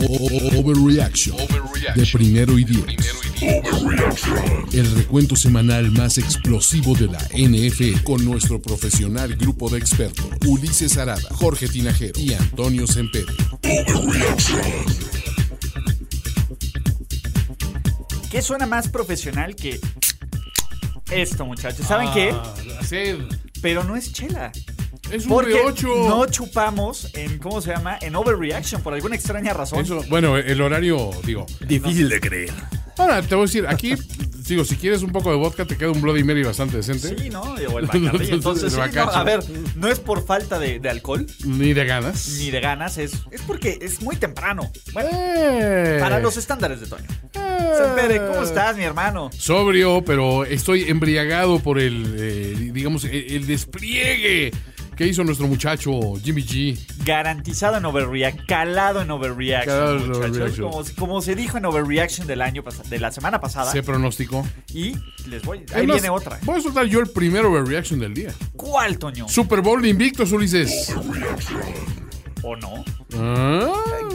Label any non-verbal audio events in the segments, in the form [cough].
O- o- Overreaction de primero y diez. El recuento semanal más explosivo de la NF con nuestro profesional grupo de expertos Ulises Arada, Jorge Tinajero y Antonio Sempere. ¿Qué suena más profesional que esto, muchachos? Ah, ¿Saben qué? Sed. Pero no es chela. Es un Porque B8. no chupamos en, ¿cómo se llama? En Overreaction, por alguna extraña razón. Eso, bueno, el horario, digo. Difícil de creer. Ahora te voy a decir, aquí, digo, si quieres un poco de vodka, te queda un Bloody Mary bastante decente. Sí, ¿no? [laughs] O el Bacardí. Entonces, sí, El no, Bacacho. a ver, no es por falta de, de alcohol Ni de ganas. ni de ganas, es, es porque es muy temprano. Bueno, Eh. para los estándares de Toño. Eh. Sempere, ¿cómo estás, mi hermano? Sobrio, pero estoy embriagado por el, eh, digamos, el, el despliegue que hizo nuestro muchacho Jimmy G. Garantizado en Overreact, calado en Overreaction, Calado en muchachos. Overreaction. Como, como se dijo en Overreaction del año pas- de la semana pasada. Se pronosticó. Y les voy. Es Ahí más, viene otra. Voy a soltar yo el primer overreaction del día. ¿Cuál, Toño? Super Bowl invictos, Ulises. ¿O no? Ah,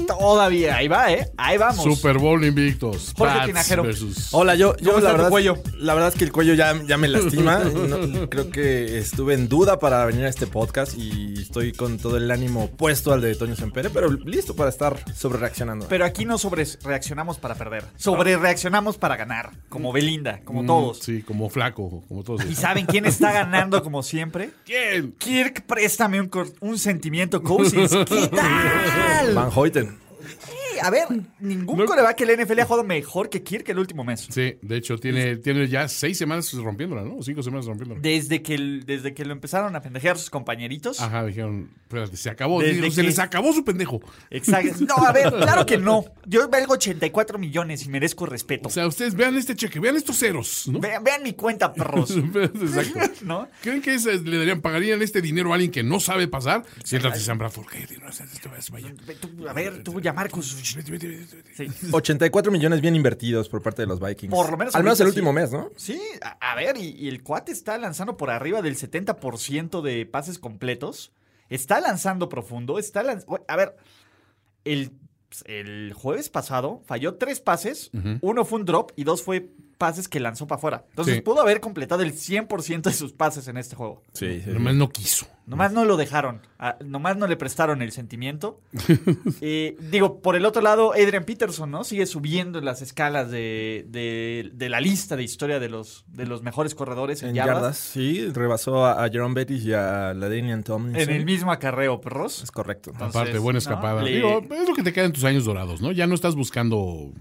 Todavía. Ahí va, ¿eh? Ahí vamos. Super Bowl invictos. Jorge Pats Tinajero. versus- Hola, yo, yo ¿Cómo está la tu verdad. cuello? La verdad es que el cuello ya, ya me lastima. [laughs] No, creo que estuve en duda para venir a este podcast y estoy con todo el ánimo puesto al de Toño Sempere, pero listo para estar sobre reaccionando. Pero aquí no sobre reaccionamos para perder. Sobre reaccionamos para ganar. Como Belinda, como Ah. Mm, todos. Sí, como flaco, como todos. ¿Y saben quién está ganando como siempre? ¿Quién? Kirk, préstame un, cor- un sentimiento, Cousins. [laughs] ¿Qué tal? Van Hoyten. Sí, A ver, ningún No- coreback que el NFL ha jugado mejor que Kirk el último mes. Sí, de hecho, tiene, tiene ya seis semanas rompiéndola, ¿no? Cinco semanas rompiéndola. Desde que, el- desde que lo empezaron a pendejear sus compañeritos. Ajá, dijeron, espérate, se acabó. Desde Dijeron, se que- les acabó su pendejo. Exacto. No, [laughs] a ver, claro que no. Yo valgo 84 millones y merezco respeto. O sea, ustedes vean este cheque, vean estos ceros, ¿no? [laughs] Ve- vean mi cuenta, perros. Exacto. ¿No? ¿Creen que ese- le darían, pagarían este dinero a alguien que no sabe pasar? Siéntate, Sam Bradford. cállate, no haces esto, vaya, vaya. Ve tú- a ver, tú ya, Marcus. Vete, vete, vete, vete. Sí. 84 millones bien invertidos por parte de los Vikings. Por lo menos Al menos ahorita el sí. último mes, ¿no? Sí, a, a ver, y, y el cuate está lanzando por arriba del 70% de pases completos. Está lanzando profundo, está lanz- Güey, A ver, el, el jueves pasado falló tres pases. Uno fue un drop y dos fue pases que lanzó para afuera. Entonces Sí. pudo haber completado el 100% de sus pases en este juego. Sí, sí. Nomás no quiso. Nomás Mm. no lo dejaron, ah, nomás no le prestaron el [laughs] sentimiento. Eh, digo, por el otro lado, Adrian Peterson, ¿no? Sigue subiendo en las escalas de, de- de la lista de historia de los, de los mejores corredores en, En yardas. yardas, sí, rebasó a, a Jerome Bettis y a Ladinian Tomlinson. En el mismo Ah. acarreo, perros. Es correcto. Entonces, Aparte, buena ¿no? escapada. Le- Digo, es lo que te queda en tus años dorados, ¿no? Ya no estás buscando.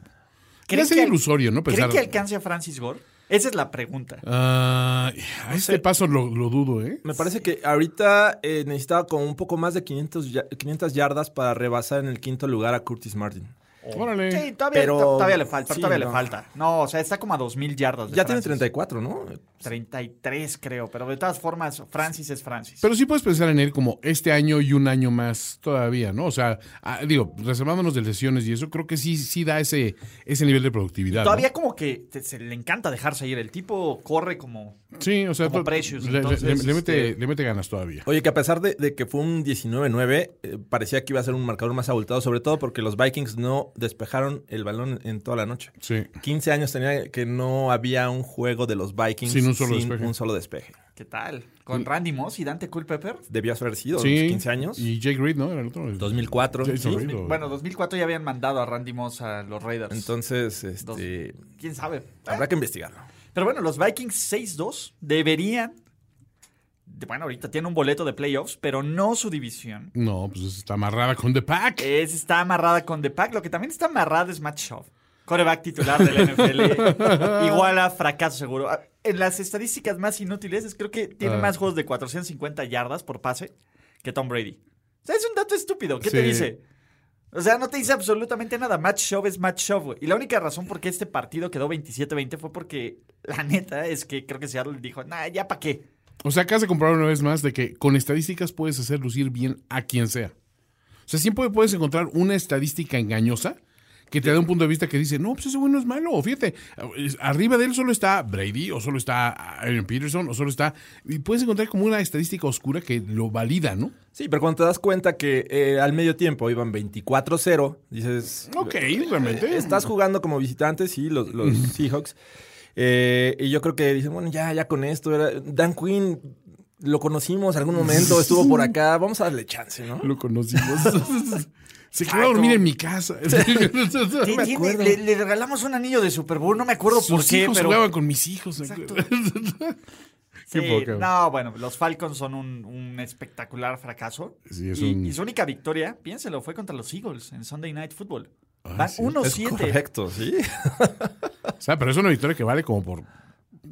¿creen Ya sería ilusorio, ¿no? ¿creen Pensar- que alcance a Francis Gore? Esa es la pregunta. Ah, a este paso lo, lo dudo, ¿eh? Me parece que ahorita eh, necesitaba como un poco más de 500, ya- 500 yardas para rebasar en el quinto lugar a Curtis Martin. Órale. Sí, todavía, Ah, Pero- to- todavía le falta, sí, todavía le no. falta. No, o sea, está como a 2.000 yardas. de Ya tiene Francis. 34, ¿no? 33, creo, pero de todas formas, Francis es Francis. Pero sí puedes pensar en él como este año y un año más todavía, ¿no? O sea, ah, digo, reservándonos de lesiones y eso, creo que sí, sí da ese, ese nivel de productividad. ¿no? Todavía como que te- se le encanta dejarse ir. El tipo corre como... Sí, o sea, como to- Precious, le- le, entonces, le mete, este- le mete ganas todavía. Oye, que a pesar de, de que fue un 19-9, eh, parecía que iba a ser un marcador más abultado, sobre todo porque los Vikings no despejaron el balón en toda la noche. Sí. 15 años tenía que no había un juego de los Vikings Sin un solo despeje. un solo despeje. ¿Qué tal? Con Randy Moss y Dante Culpepper. Debió haber sido sí. unos 15 años. Y Jake Reed, ¿no? Era el otro. 2004. Jason sí. Reed. Pero- Bueno, 2004 ya habían mandado a Randy Moss a los Raiders. Entonces, este, ¿Quién sabe? habrá que investigarlo. Pero bueno, los Vikings 6-2 deberían... de- Bueno, ahorita tienen un boleto de playoffs, pero no su división. No, pues está amarrada con The Pack. Es, está amarrada con The Pack. Lo que también está amarrada es Matt Schaub. Coreback titular del [laughs] NFL. Igual a fracaso seguro. Ah, En las estadísticas más inútiles, es- creo que tiene Ah. más juegos de 450 yardas por pase que Tom Brady. O sea, es un dato estúpido. ¿Qué te Sí. dice? O sea, no te dice absolutamente nada. Match show es match show, güey. Y la única razón por qué este partido quedó 27-20 fue porque la neta es que creo que Seattle dijo, nah, ya pa' qué. O sea, acá se comprobar una vez más de que con estadísticas puedes hacer lucir bien a quien sea. O sea, siempre puedes encontrar una estadística engañosa que te da un punto de vista que dice, no, pues ese güey no es malo. O Fíjate, arriba de él solo está Brady, o solo está Aaron Peterson, o solo está... Y puedes encontrar como una estadística oscura que lo valida, ¿no? Sí, pero cuando te das cuenta que eh, al medio tiempo iban 24-0, dices... Ok, realmente. Estás jugando como visitante, sí, los, los Seahawks. Eh, y yo creo que dicen, bueno, ya, ya con esto. era- Dan Quinn lo conocimos algún [laughs] momento, estuvo por acá. Vamos a darle chance, ¿no? Lo conocimos. [laughs] se quedó a dormir en mi casa. [laughs] Ti- me tiene- acuerdo. le, le regalamos un anillo de Super Bowl, no me acuerdo por Sus qué, hijos pero. jugaban con mis hijos. ¿se acuerdan? Sí, Qué poca. no, bueno, los Falcons son un, un espectacular fracaso. Sí, es y, un- y su única victoria, piénselo, fue contra los Eagles en Sunday Night Football. Ah, Van sí. Es 1-7 correcto, sí. [laughs] O sea, pero es una victoria que vale como por,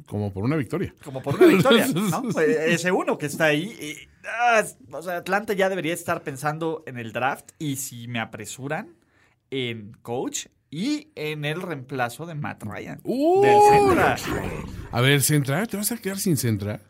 como por una victoria. como por una victoria, ¿no? Eh, Ese uno que está ahí. eh, ah, es- o sea, Atlanta ya debería estar pensando en el draft y si me apresuran, en coach y en el reemplazo de Matt Ryan. ¡Uy! Del Centra. A ver, central, ¿te vas a quedar sin central?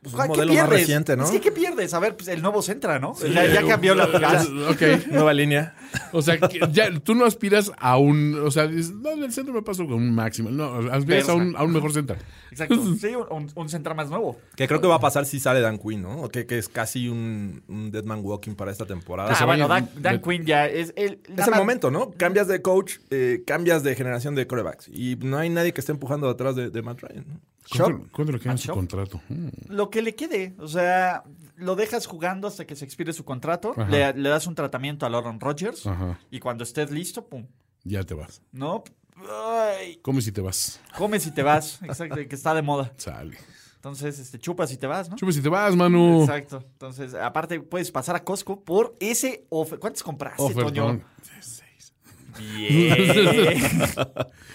Pues Ah, un ¿qué modelo más pierdes? reciente, ¿no? Es que, ¿qué pierdes? A ver, pues el nuevo Centra, ¿no? ya, ya cambió la frase. [laughs] Ok. [laughs] Nueva línea. O sea, que ya, tú no aspiras a un. O sea, dices, no, en el centro me paso con un máximo. No, aspiras a un, a un mejor central. Exacto. Sí, un, un- un Centra más nuevo. Que creo que va a pasar si sale Dan Quinn, ¿no? O Que, que es casi un, un Dead Man Walking para esta temporada. Ah, se bueno, vayan- Dan, Dan de- Quinn ya es el, Es el momento, ¿no? Cambias de coach, eh, cambias de generación de corebacks. Y no hay nadie que esté empujando atrás de, de Matt Ryan. ¿no? ¿Cuánto, cuánto le queda en su Shop. contrato? Mm. Lo que le quede. O sea, lo dejas jugando hasta que se expire su contrato. Ajá. Ah. Le, le das un tratamiento a Lauren Rodgers. Ajá. Y cuando estés listo, pum. Ya te vas. ¿No? Ay, ¿Cómo si te vas? comes y te vas. Exacto, que está de moda. Sale. Entonces, este, chupas y te vas, ¿no? Chupa si te vas, Manu. Exacto. Entonces, aparte, puedes pasar a Costco por ese ofertón. ¿Cuántos compraste, Ofertón. Toño? Bien.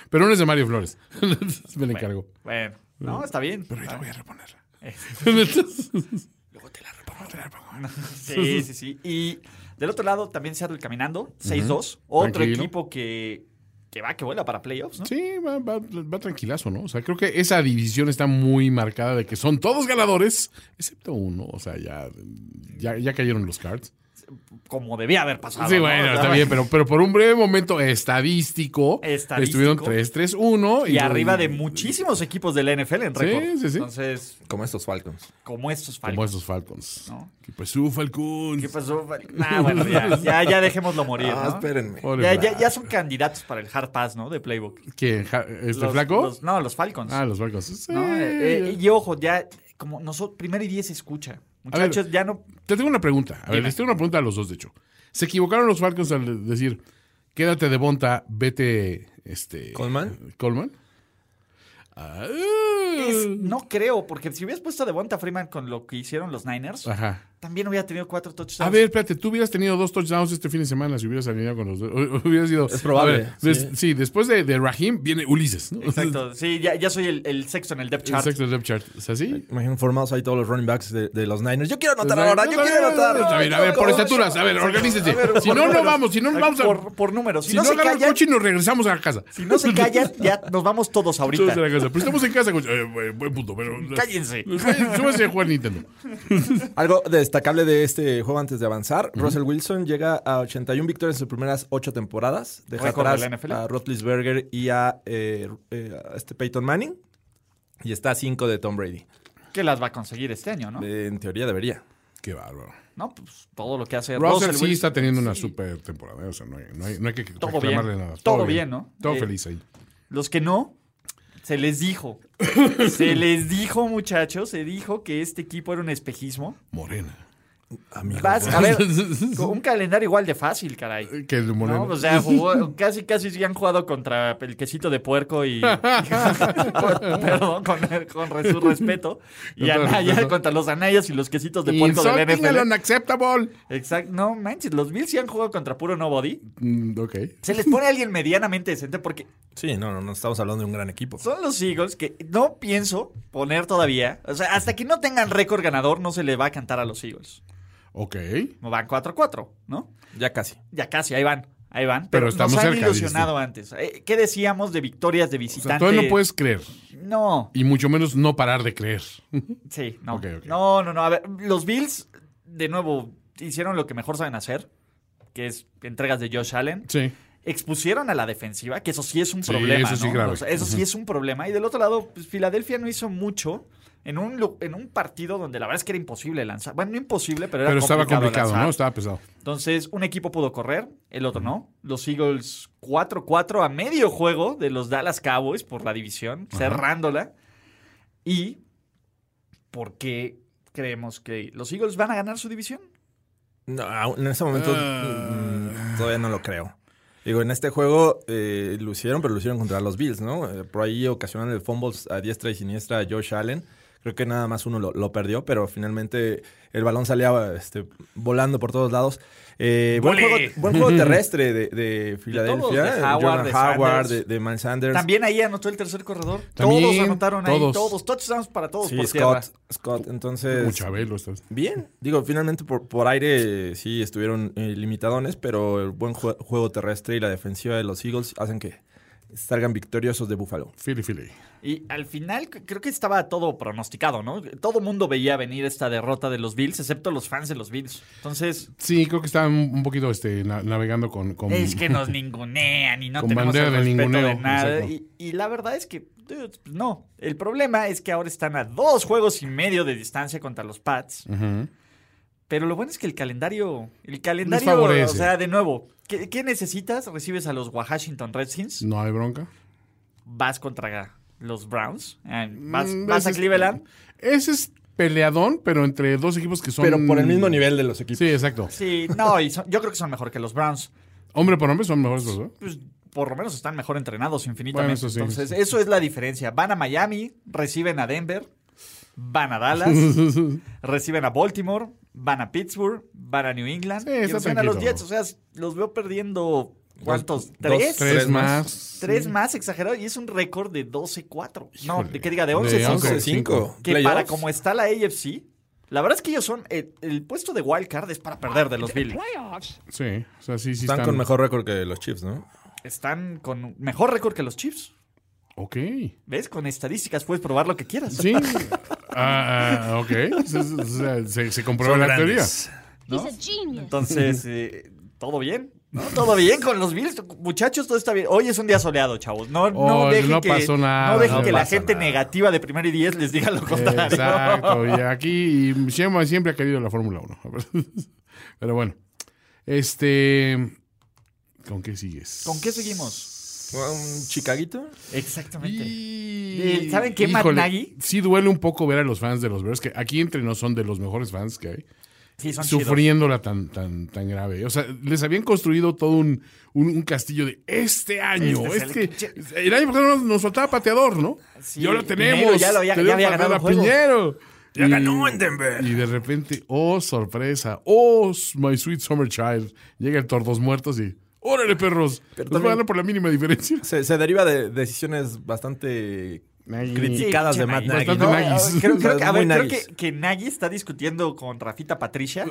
Pero no es de Mario Flores. [laughs] Me la encargo. bueno, no, está bien. Pero ahorita voy a [laughs] reponerla. Luego te la repongo. Te la repongo. Sí, sí, sí. Y del otro lado también Seattle caminando, 6-2. Otro Tranquilo. equipo que, que va, que vuela para playoffs, ¿no? Sí, va, va- va tranquilazo, ¿no? O sea, creo que esa división está muy marcada de que son todos ganadores, excepto uno. O sea, ya, ya, ya cayeron los cards. Como debía haber pasado. sí, Ah, ¿no? bueno, O sea, está bien, pero, pero por un breve momento estadístico, Estadístico. estuvieron 3-3-1. Y arriba de muchísimos equipos de la NFL en Sí, récord. sí, sí. Entonces, Como estos Falcons. como estos Como Falcons. esos Falcons. ¿No? pues, ¿Qué pasó, Falcons? ¿Qué pasó? Nah, bueno, [laughs] [laughs] ya, ya, ya dejémoslo morir, Ah, ¿no? espérenme. Pobre Ya, Fla- ya- ya son candidatos para el Hard Pass, ¿no? De Playbook. ¿Quién? Ja- ¿Este Los- flaco? los- no, los Falcons. Ah, los Falcons. Sí. ¿no? Eh, eh, y ojo, ya, como nosotros, primero y diez se escucha. ver. Muchachos, ya no. Te tengo una pregunta. A ver, les tengo una pregunta a los dos, de hecho. ¿Se equivocaron los Falcons al decir, quédate de Bonta, vete, este... ¿Coleman? Coleman. Ah. es- Mm. no creo, porque si hubieras puesto a Devonta Freeman con lo que hicieron los Niners, Ajá. también hubiera tenido cuatro touchdowns. Ah. A ver, espérate, tú hubieras tenido dos touchdowns este fin de semana si hubieras alineado con los dos. O- Hubieras ido. Es probable, A ver, des- sí. sí. después de, de Raheem viene Ulises, ¿no? Exacto. Sí, ya, ya soy el, el sexto en el depth chart. Exacto, el depth chart. ¿Es así? Imagino formados ahí todos los running backs de, de los Niners. Yo quiero anotar ahora, yo quiero anotar. A ver, a ver, por estaturas, a ver, organícense. Si por no, no números. vamos, si no, nos vamos a. Por, por números. Si, si no, no se agarra el callan, coche y nos regresamos a casa. [laughs] si no se callan, ya nos vamos todos ahorita. Todos a la casa. Pero estamos en casa, coche. Eh, buen- buen punto, pero. Pues, Cállense. Súbase a jugar Nintendo. Algo destacable de este juego antes de avanzar. Russell Wilson llega a 81 victorias en sus primeras 8 temporadas. Deja Récord de atrás la NFL. a Roethlisberger y a, eh, eh, a este Peyton Manning. Y está a 5 de Tom Brady. Que las va a conseguir este año, Ah. ¿no? Eh, en teoría debería. Qué bárbaro. No, pues todo lo que hace Russell, Russell sí Wilson. está teniendo una super temporada, ¿eh? o sea, no hay, no hay- no hay que Todo reclamarle bien. nada. Todo bien, ¿no? Todo Eh, feliz ahí. Los que no, se les dijo. [laughs] se les dijo, muchachos, se dijo que este equipo era un espejismo. Morena. Amigo. Vas, a [laughs] ver, con un calendario igual de fácil, caray. Que es de Morena. No, pues, o [laughs] sea, jugó- casi, casi sí han jugado contra el quesito de puerco y. [laughs] perdón, con, con su respeto. Y Con todo Anaya, respeto. contra los Anayas y los quesitos de puerco del Insulting and NFL. unacceptable. Exacto, no manches, los Bills sí han jugado contra puro nobody. Mm, ok. Se les pone a alguien medianamente decente porque Sí, no, no, no estamos hablando de un gran equipo. Son los Eagles que no pienso poner todavía. O sea, hasta que no tengan récord ganador, no se le va a cantar a los Eagles. Ok. Van 4-4, ¿no? Ya casi. Ya casi, ahí van. Ahí van. Pero, Pero estamos nos han cerca, ilusionado antes. Eh, ¿Qué decíamos de victorias de O sea, visitantes? todavía no puedes creer. No, Y mucho menos no parar de creer. sí, no. Ok, ok. No, no, no. A ver, los Bills, de nuevo, hicieron lo que mejor saben hacer, que es entregas de Josh Allen. Sí. Expusieron a la defensiva, que eso sí es un Sí, problema. eso sí ¿no? grave. O sea, eso sí es un problema. Y del otro lado, pues, Filadelfia no hizo mucho. En un, lu- en un partido donde la verdad es que era imposible lanzar. Bueno, no imposible, pero era Pero estaba complicado, lanzar. ¿no? Estaba pesado. Entonces, un equipo pudo correr, el otro no. Los Eagles 4-4 a medio juego de los Dallas Cowboys por la división, cerrándola. ¿Y por qué creemos que los Eagles van a ganar su división? No, aún en ese momento mm, todavía no lo creo. Digo, en este juego eh, lucieron, pero lucieron contra los Bills, ¿no? Eh, por ahí ocasionaron el fumbles a diestra y siniestra a Josh Allen. Creo que nada más uno lo, lo perdió, pero finalmente el balón salía este, volando por todos lados. Eh, buen, ¡Gole! juego, buen juego terrestre de, de Filadelfia. de eh, Howard, Jordan de Howard, Sanders. de, de Miles Sanders. También ahí anotó el tercer corredor. todos También, anotaron ahí, todos. todos. Touchdowns para todos Sí, por tierra. Scott, Scott. Entonces, Mucha velo. estás- Bien, digo, finalmente por, por aire eh, sí estuvieron eh, limitadones, pero el buen jue- juego terrestre y la defensiva de los Eagles hacen que salgan victoriosos de Buffalo. Fili, fili. Y al final c- creo que estaba todo pronosticado, ¿no? Todo mundo veía venir esta derrota de los Bills, excepto los fans de los Bills. Entonces, Sí, creo que estaban un poquito este, na- navegando con, con- Es que [laughs] nos ningunean y no Con tenemos el bandera de respeto de ninguneo, nada. exacto. Y, y la verdad es que dude, pues, no. El problema es que ahora están a dos juegos y medio de distancia contra los Pats. Ujú. Pero lo bueno es que el calendario, el calendario, favorece. o sea, de nuevo, ¿qué, qué necesitas? Recibes a los Washington Redskins, No hay bronca. vas contra los Browns, eh, vas, Mm, vas ese a es- Cleveland. Ese es peleadón, pero entre dos equipos que son. Pero por el mismo nivel de los equipos. Sí, exacto. Sí, no, y son- yo creo que son mejor que los Browns. Hombre por hombre son mejores los dos. pues, por lo menos están mejor entrenados infinitamente. Bueno, eso sí, Entonces, sí. eso es la diferencia. Van a Miami, reciben a Denver, van [laughs] a Dallas, reciben a Baltimore, van a Pittsburgh, van a New England, Sí, y está reciben a los tranquilo. Jets. O sea, los veo perdiendo, ¿cuántos? dos, ¿Tres? Tres, Tres más. más. Tres más, exagerado, y es un récord de 12-4. No, Híjole. de que diga, de De 11-5. 11. 11-5. Que ¿Playoffs? para como está la AFC, la verdad es que ellos son, el, el puesto de wild card es para perder de los Bills. Sí, o sea, sí, sí. Están con mejor récord que los Chiefs, ¿no? Están con mejor récord que los Chiefs. Ok. ¿Ves? Con estadísticas puedes probar lo que quieras. Sí. Ah, ah, ok. [laughs] O sea, se, se comprueba la grandes. ¿no? He's a [laughs] genius. Entonces, eh, todo bien. ¿no? Todo bien con los Bills, muchachos, todo está bien. Hoy es un día soleado, chavos. No, no Oh, dejen no que, pasó nada, no dejen no que la pasa gente nada. negativa de primero y diez les diga lo teoría. contrario. Exacto. Y aquí y Sheinbaum siempre ha querido la Fórmula 1. [laughs] Pero bueno. Este. ¿Con qué sigues? ¿Con qué seguimos? Um, ¿Chicaguito? Exactamente. Y- Eh, ¿saben qué, Matt Nagy? Sí duele un poco ver a los fans de los Bears, que aquí entre nos son de los mejores fans que hay, Sí, son chidos. sufriéndola tan, tan, tan grave. O sea, les habían construido todo un, un- un castillo de este año. Este es es el que el año pasado nos, nos faltaba pateador, ¿no? Sí, y ahora Piñero tenemos. ya lo había- ya tenemos había ganado patear a el juego. Piñero. Ya Y- ganó en Denver. Y de repente, oh, sorpresa. Oh, my sweet summer child. Llega el Tordos Muertos y. ¡Órale, perros! Nos Pero también- van a ganar por la mínima diferencia. Se, se deriva de decisiones bastante Nagy. criticadas Sí, de che, Matt Nagy. Nagy. Bastante ¿no? Nagys. Creo, creo que, a ver, Muy creo Nagys. que, que Nagy está discutiendo con Rafita [laughs] Patricia.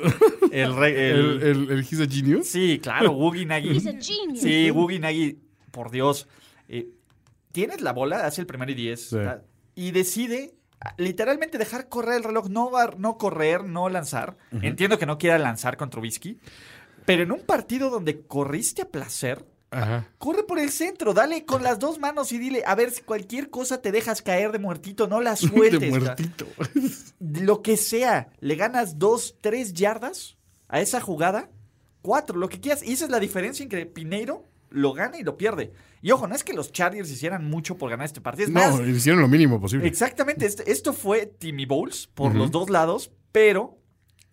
El, re- El, el- el, el He's a Genius. sí, claro, Woogie Nagy. He's a genius. Sí, Woogie Nagy, por Dios. Eh, tienes la bola, hace el primer y diez. Sí. ¿verdad? Y decide ah, literalmente dejar correr el reloj, no, va- no correr, no lanzar. Entiendo que no quiera lanzar con Trubisky. Pero en un partido donde corriste a placer, Ajá. corre por el centro, dale con las dos manos y dile, a ver, si cualquier cosa te dejas caer de muertito, no la [laughs] sueltes. de ¿verdad? muertito. lo que sea, le ganas dos, tres yardas a esa jugada, cuatro, lo que quieras. Y esa es la diferencia en que Pineiro lo gana y lo pierde. Y ojo, no es que los Chargers hicieran mucho por ganar este partido. Es más, No, hicieron lo mínimo posible. exactamente, este- esto fue Timmy Bowles por los dos lados, pero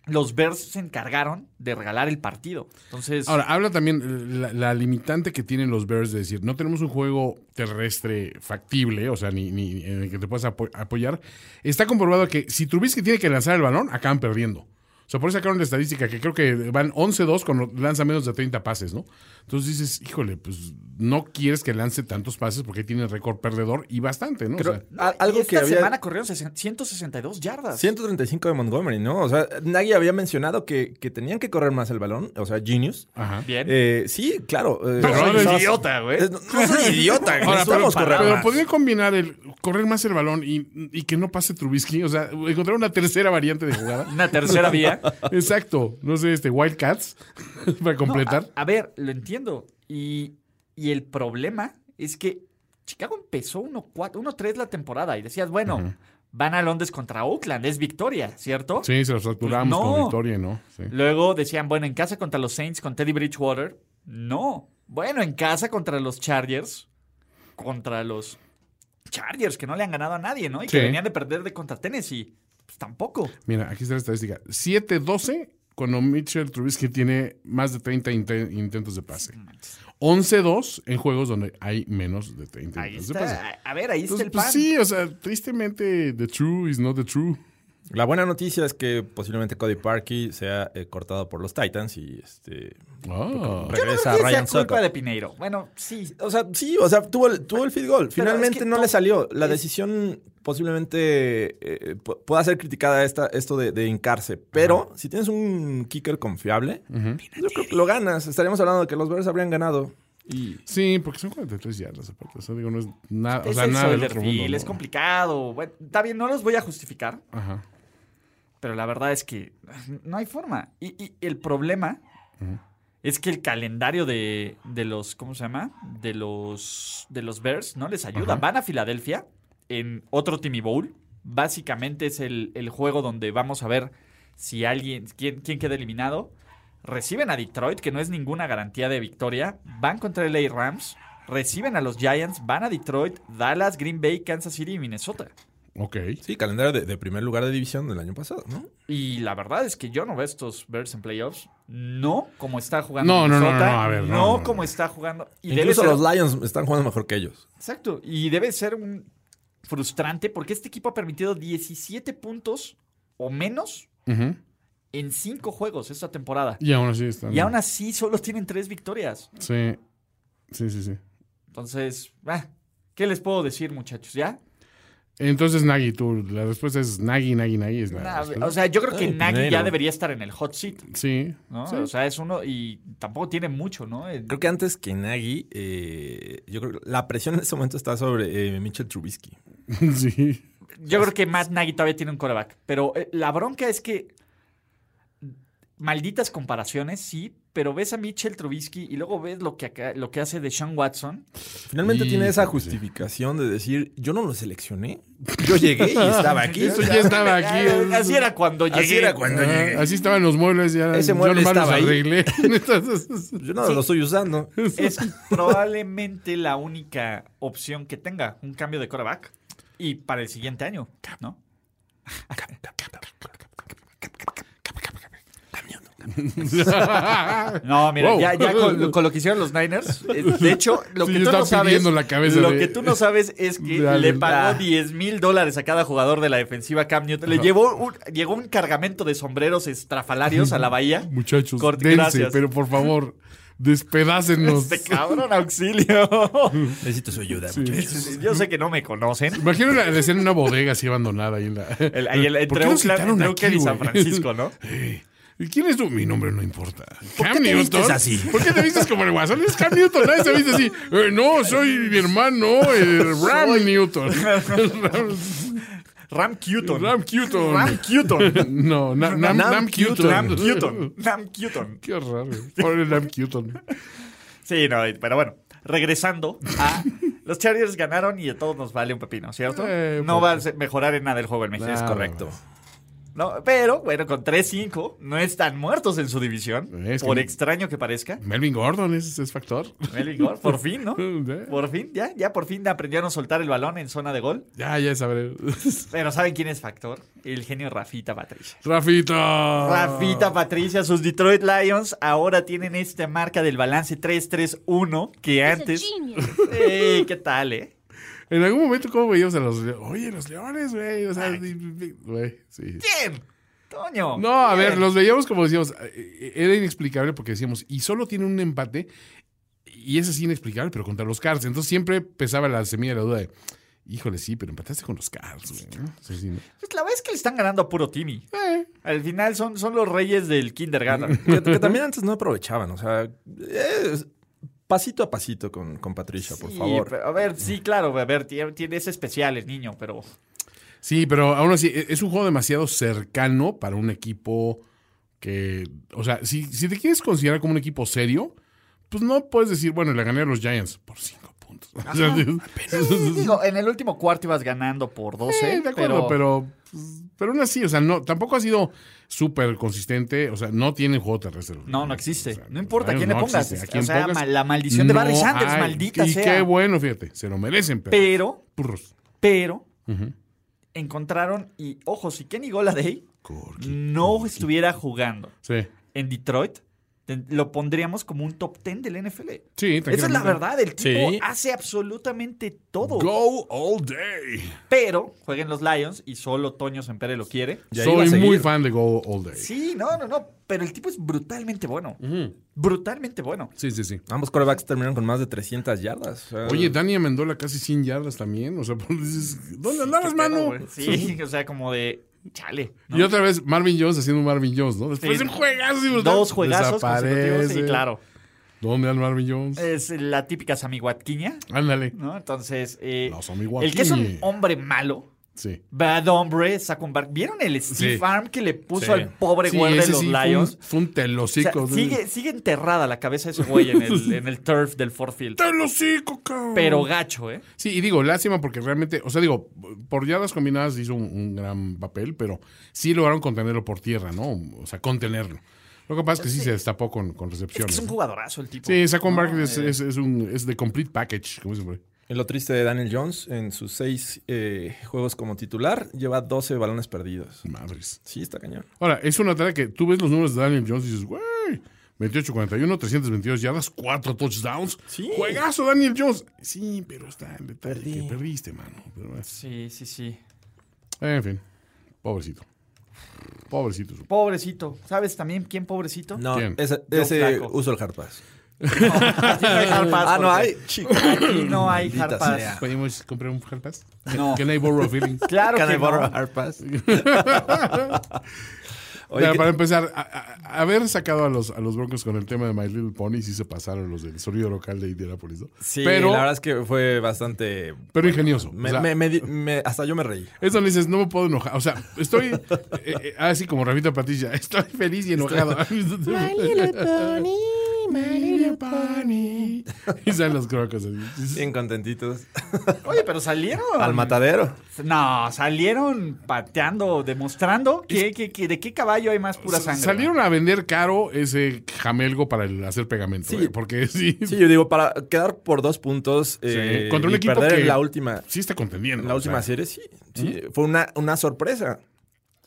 los Bears se encargaron de regalar el partido. Entonces, Ahora, habla también eh, la, la limitante que tienen los Bears de decir, no tenemos un juego terrestre factible, o sea, ni, ni en el que te puedas apo- apoyar. Está comprobado que si Trubisky tiene que lanzar el balón, acaban perdiendo. O O sea, por eso sacaron la estadística, que creo que van 11-2 cuando lanza menos de 30 pases, ¿no? Entonces dices, híjole, pues no quieres que lance tantos pases porque tiene récord perdedor y bastante, ¿no? O Creo- sea, a- algo y esta que había- semana corrieron 60 162 yardas. 135 de Montgomery, ¿no? O sea, nadie había mencionado que, que tenían que correr más el balón, o sea, Genius. ajá. Bien. Eh, sí, claro. eh, Pero o sea, eres estás- idiota, güey. Es- No, no soy [laughs] idiota, güey. Ahora, pero, Necesitamos correr pero más. podría combinar el correr más el balón y, y que no pase Trubisky. O sea, encontrar una tercera variante de jugada. Una tercera vía. [laughs] Exacto. No sé, este, Wildcats [laughs] para completar. A, a ver, lo entiendo. Y, y el problema es que Chicago empezó 1-4, 1-3 la temporada y decías, bueno, van a Londres contra Oakland, es victoria, ¿cierto? sí, se los saturamos Pues no. con victoria, ¿no? Sí. Luego decían, bueno, en casa contra los Saints, con Teddy Bridgewater. No. Bueno, en casa contra los Chargers, contra los Chargers, que no le han ganado a nadie, ¿no? Y que Sí. venían de perder de contra Tennessee. Pues tampoco. Mira, aquí está la estadística. 7-12 cuando Mitchell Trubisky tiene más de 30 inte- intentos de pase. 11-2 en juegos donde hay menos de 30 Ahí intentos de pase. está. A a ver, ahí está Entonces, el pues pan. sí, o sea, tristemente, the true is not the true. La buena noticia es que posiblemente Cody Parkey sea eh, cortado por los Titans y este Ah. regresa Sí, sea Ryan culpa Soko. de Pineiro. Bueno, sí. O sea, sí, o sea, tuvo el, tuvo el field goal. Finalmente es que no to- le salió. La es- decisión posiblemente eh, pu- pueda ser criticada esta, esto de, de hincarse. Pero si tienes un kicker confiable, yo creo que lo ganas. Estaríamos hablando de que los Bears habrían ganado. Y Sí, porque son 43 yardas aparte. O sea, digo, no es nada, o Es sea, el nada del Soldier otro mundo. Field, es ¿no? complicado. Bueno, está bien, no los voy a justificar, Ajá. pero la verdad es que [laughs] no hay forma. Y, y el problema es que el calendario de, de los, ¿cómo se llama? De los, de los Bears no les ayuda. Van a Filadelfia en otro Timmy Bowl. Básicamente es el, el juego donde vamos a ver si alguien, quién, quién queda eliminado. Reciben a Detroit, que no es ninguna garantía de victoria. Van contra LA Rams. Reciben a los Giants, van a Detroit, Dallas, Green Bay, Kansas City y Minnesota. Ok. sí, calendario de, de primer lugar de división del año pasado, ¿no? Y la verdad es que yo no veo estos Bears en playoffs. No como está jugando No, no, no, Minnesota, no, a ver, no, no no, como está jugando. Y debe Incluso ser- los Lions están jugando mejor que ellos. Exacto. Y debe ser un frustrante porque este equipo ha permitido 17 puntos o menos Ujú. en 5 juegos esta temporada. Y aún así están. Y aún así solo tienen 3 victorias. Sí. Sí, sí, sí. Entonces, ah, ¿qué les puedo decir, muchachos? ¿Ya? Entonces, Nagui, tú, la respuesta es Nagui, Nagui, Nagui. Es la Nah, respuesta. o sea, yo creo que Ay, Nagy ya Pinero. debería estar en el hot seat. sí. [laughs] ¿no? sí. O sea, es uno y tampoco tiene mucho, ¿no? Eh, El- Creo que antes que Nagy, eh, yo creo que la presión en este momento está sobre eh, Mitchell Trubisky. sí. [laughs] Yo creo que Matt Nagy todavía tiene un coreback. Pero eh, la bronca es que. Malditas comparaciones, sí. Pero ves a Mitchell Trubisky y luego ves lo que, acá- lo que hace de Sean Watson. Finalmente tiene esa Híjole. justificación de decir, yo no lo seleccioné, yo llegué y estaba aquí. [laughs] Eso ya estaba aquí. Ah, Así era cuando llegué. Así "Eh, era cuando llegué. Ah, así estaban los muebles. Ya, Ese mueble yo nomás estaba ahí. los [laughs] arreglé. [laughs] Entonces, Yo no lo estoy [laughs] usando. Es probablemente la única opción que tenga un cambio de coreback. Y para el siguiente año, ¿no? No, mira, Wow. ya, ya con, con lo que hicieron [laughs] los Niners. eh, De hecho, lo Sí, que yo tú no estaba sabes. pidiendo la cabeza lo de- que tú no sabes es que Dale. le pagó Ah. 10 mil dólares a cada jugador de la defensiva Cam Newton. Le llevó un, llegó un cargamento de sombreros estrafalarios a la bahía. [laughs] muchachos, Corte, dense, gracias. pero por favor, despedácenos. Este [laughs] cabrón, auxilio. Necesito su ayuda. Yo sé que no me conocen. Imagino la, la escena en una bodega así abandonada ahí en la. El, ahí el- ¿Por entre qué nos Oakland, quitaron entre aquí, Oakland y San güey? Francisco, ¿no? ¿Y quién es tú? Mi nombre no importa. ¿Cam te Newton? vistes así? ¿Por qué te vistes como el guasón? Es Cam Newton, nadie se viste así. Eh, no, soy mi hermano, el Ram Newton. [laughs] Ram Cuton. Ram Newton. Ram Cuton. No, na- Nam, Nam Nam Newton. Ram Cuton. Ram Cuton. Qué raro. Pobre Nam Newton. Sí, no, pero bueno, regresando [laughs] a. Los Chargers ganaron y a todos nos vale un pepino, ¿cierto? Eh, no pues- va a se- mejorar en nada el juego en México. Nada Es correcto. Correcto. No, pero bueno, con 3-5 no están muertos en su división, Es que- por extraño que parezca. Melvin Gordon es, es factor. [laughs] Melvin Gordon, por fin, ¿no? Eh. Por fin, ya, ya por fin aprendieron a soltar el balón en zona de gol. Ya, ya sabré. [laughs] Pero ¿saben quién es factor? El genio Rafita Patricia. Rafita. Rafita Patricia, sus Detroit Lions ahora tienen esta marca del balance 3-3-1 que antes... Ey, ¿Qué tal, eh? En algún momento, ¿cómo veíamos a los leones? Oye, los leones, güey. O sea, di- di- güey, sí. ¿Quién? Toño. No, a ver, bien. los veíamos como decíamos, eh, era inexplicable porque decíamos, y solo tiene un empate, y ese sí inexplicable, pero contra los Cards. Entonces siempre pesaba la semilla de la duda de, híjole, sí, pero empataste con los Cards, güey. ¿no? Sí, sí, ¿no? Pues la verdad es que le están ganando a puro Timmy. Al final son, son los reyes [laughs] del kindergarten. Que, que también antes no aprovechaban, o sea, eh, pasito a pasito con, con Patricia, por Sí, favor. pero, a ver, sí, claro, a ver, tiene, tiene ese especial el niño, [laughs] pero Sí, pero aún así, e- es un juego demasiado cercano para un equipo que, o sea, si, si te quieres considerar como un equipo serio, pues no puedes decir, bueno, le gané a los Giants por cinco puntos. [laughs] O sea, Sí, digo, en el último cuarto ibas ganando por 12. Sí, de acuerdo, pero, pero, pues, pero aún así, o sea, no, tampoco ha sido súper consistente, o sea, no tiene juego terrestre. No, no existe. O sea, no importa a quién le no pongas. existe. A o quién sea, pongas, ma- la maldición de Barry no Sanders, hay. maldita y sea. qué bueno, fíjate, se lo merecen, pero, Pero, Purros. pero, encontraron, y ojo, si Kenny Goladay no estuviera jugando Sí, en Detroit, te- lo pondríamos como un top 10 del NFL. sí, Esa es la tranquilamente. verdad, el tipo Sí. hace absolutamente todo. Go all day. Pero jueguen los Lions y solo Toño Sempere lo quiere. Y ahí va a Soy seguir. muy fan de Go all day. Sí, no, no, no. Pero el tipo es brutalmente bueno. Brutalmente bueno. Sí, sí, sí. Ambos corebacks terminaron con más de 300 yardas. o sea, Oye, Dani Amendola casi 100 yardas también. O sea, [laughs] pues, dices, ¿dónde andabas, mano? Sí, [laughs] o sea, como de chale. ¿no? Y otra vez Marvin Jones haciendo un Marvin Jones, ¿no? Después Sí. de un juegazo. y Dos juegazos consecutivos. desaparece. Sí, claro. Eh. ¿Dónde anda Marvin Jones? Es la típica Sammy Watkiña, Ándale. ¿no? Entonces, eh, La Sammy el que es un Watkiña. hombre malo, Sí. bad hombre, saca un bar- ¿Vieron el Steve Sí. Arm que le puso Sí. al pobre güey de ese los sí fue Lions? un- Fue un, O sea, telocico. sigue, sigue enterrada la cabeza de ese güey en [laughs] el, en el turf del Ford Field. Telocico, cabrón. Pero gacho, ¿eh? Sí, y digo, lástima porque realmente, o sea, digo, por yardas combinadas hizo un, un gran papel, pero sí lograron contenerlo por tierra, ¿no? O sea, contenerlo. Lo que pasa es que sí se destapó con, con Es que recepciones. es un jugadorazo el tipo. Sí, Saquon Barkley No, es, eh, es, es un, es de complete package, como dicen por ahí. y lo triste de Daniel Jones, en sus seis eh, juegos como titular, lleva 12 balones perdidos. Madres. Sí, está cañón. Ahora, es una tarea que tú ves los números de Daniel Jones y dices, güey, 28-41, 322 yardas, 4 touchdowns. Sí. Juegazo, Daniel Jones. Sí, pero está el detalle que perdiste, mano. Pero, bueno. Sí, sí, sí. en fin, pobrecito. Pobrecito. su- Pobrecito. ¿Sabes también quién pobrecito? No, ¿Quién? ese, Joe ese Flacco. uso el hard [laughs] pass. Aquí no hay hard pass, Ah, no porque hay. Chico. Aquí [clears throat] no hay Maldita hard pass. sea. ¿Podemos comprar un hard pass? No. Can I borrow a feeling? Claro Can I que borrow no. a hard [laughs] pass? [laughs] Oye, Mira, que- para empezar, a- a- haber sacado a los, a los Broncos con el tema de My Little Pony, sí se pasaron los del sonido local de Indianapolis, ¿no? sí, pero, la verdad es que fue bastante... pero ingenioso. Me- O sea, me- me di- me- hasta yo me reí. Es donde dices, no me puedo enojar. O sea, estoy eh, eh, así como Rafita Patricia, [laughs] estoy feliz y enojado. my little pony, my little pony. Y salen los crocos. así. Bien [laughs] contentitos. Oye, pero salieron. Al matadero. No, salieron pateando, demostrando que, que- que- de qué caballo hay más pura sangre. Salieron a vender caro ese jamelgo para el- hacer pegamento. Sí. eh, porque sí, Sí, sí, yo digo, para quedar por dos puntos eh, contra un y equipo perder que- en la última, está contendiendo. en la o última sea. serie, sí. sí, Fue una, una sorpresa.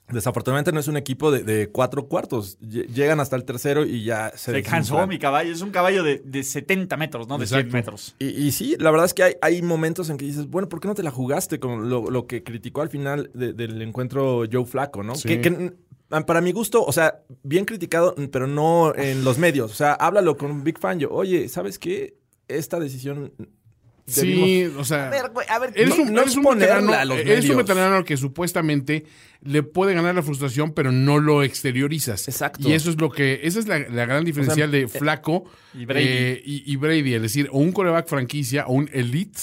Desafortunadamente no es un equipo de, de cuatro cuartos. Lle- Llegan hasta el tercero y ya se Se desinflan. cansó mi caballo. Es un caballo de, de 70 metros, no de 100 Exacto. metros. Y, y sí, la verdad es que hay, hay momentos en que dices, bueno, ¿por qué no te la jugaste con lo, lo que criticó al final de- del encuentro Joe Flaco, ¿no? Sí. Que, que, mm, para mi gusto, o sea, bien criticado, mm, pero no en los medios. O sea, háblalo con Big Fan. Yo, oye, ¿sabes qué? Esta decisión... mm, debimos- Sí, o sea. A ver, güey, a ver. Eres No- un, no eres un exponerla veterano, a los eres un medios. veterano que supuestamente le puede ganar la frustración, pero no lo exteriorizas. Exacto. Y eso es lo que, esa es la, la gran diferencial de Flaco eh, y Brady. eh, y, y Brady, es decir, o un coreback franquicia, o un elite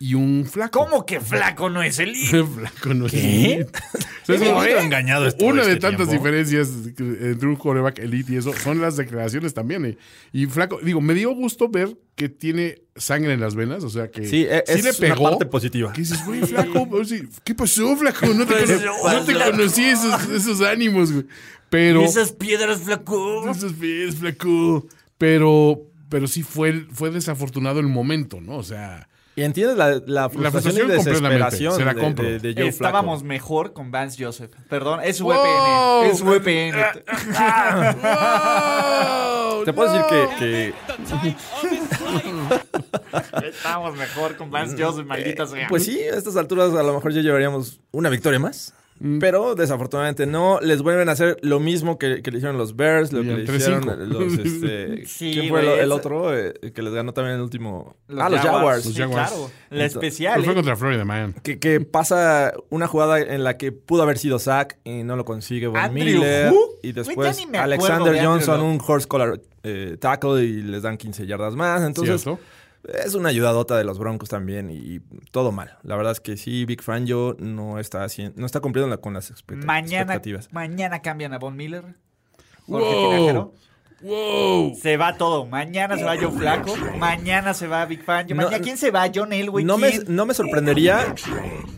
y un flaco. ¿Cómo que flaco no es el líder? Flaco no es elite. O sea, es como, ¿Qué eh, engañado estuvo Una de este tantas tiempo? diferencias que- entre un coreback elite y eso son las declaraciones también. eh. Y Flaco, digo, me dio gusto ver que tiene sangre en las venas, o sea que Sí, e- es le pegó. una parte positiva. ¿Qué dices, güey, flaco? [laughs] O sea, ¿Qué pasó, flaco? No Pues, te, cono- no te conocí esos, esos ánimos, güey. Pero. Esas piedras, flaco. Esos pies, flaco. Pero. Pero sí fue, el- fue desafortunado el momento, ¿no? O sea. Y entiendes la, la frustración, frustración y completamente, desesperación se la de- compro. de, de Joe Estábamos Flacco. mejor con Vance Joseph. Perdón, es Wow. VPN. Es [laughs] VPN. Te puedo decir que, que, Estábamos mejor con Vance Joseph, maldita sea. Mm, eh, pues sí, a estas alturas a lo mejor ya llevaríamos una victoria más. Mm. Pero desafortunadamente no. Les vuelven a hacer lo mismo que, que le hicieron los Bears, lo Y que al le 3-5. hicieron [laughs] los. Este, Sí, ¿Quién fue el- güey, el esa- otro eh, que les ganó también el último? ah, los Jaguars. Los Sí, Jaguars. claro. La Entonces- especial. Pero pues, fue ¿eh? contra Florida, man. Que, que pasa una jugada en la que pudo haber sido sack y no lo consigue Von Andrew Miller. Who? Y Güey, después ya ni me acuerdo de Alexander Andrew Johnson, Luck. un horse collar eh, tackle y les dan 15 yardas más. Entonces, ¿Cierto? es una ayudadota de los Broncos también y todo mal. La verdad es que sí, Big Fangio no está haciendo, no está cumpliendo la- con las expect- Mañana, expectativas. mañana cambian a Von Miller. Jorge Tinajero. ¡Wow! ¡Wow! Se va todo. Mañana se va Joe Flaco. Mañana se va Big Fan. No, Mañana, ¿Quién se va? John Elway. No me, ¿Quién? no me sorprendería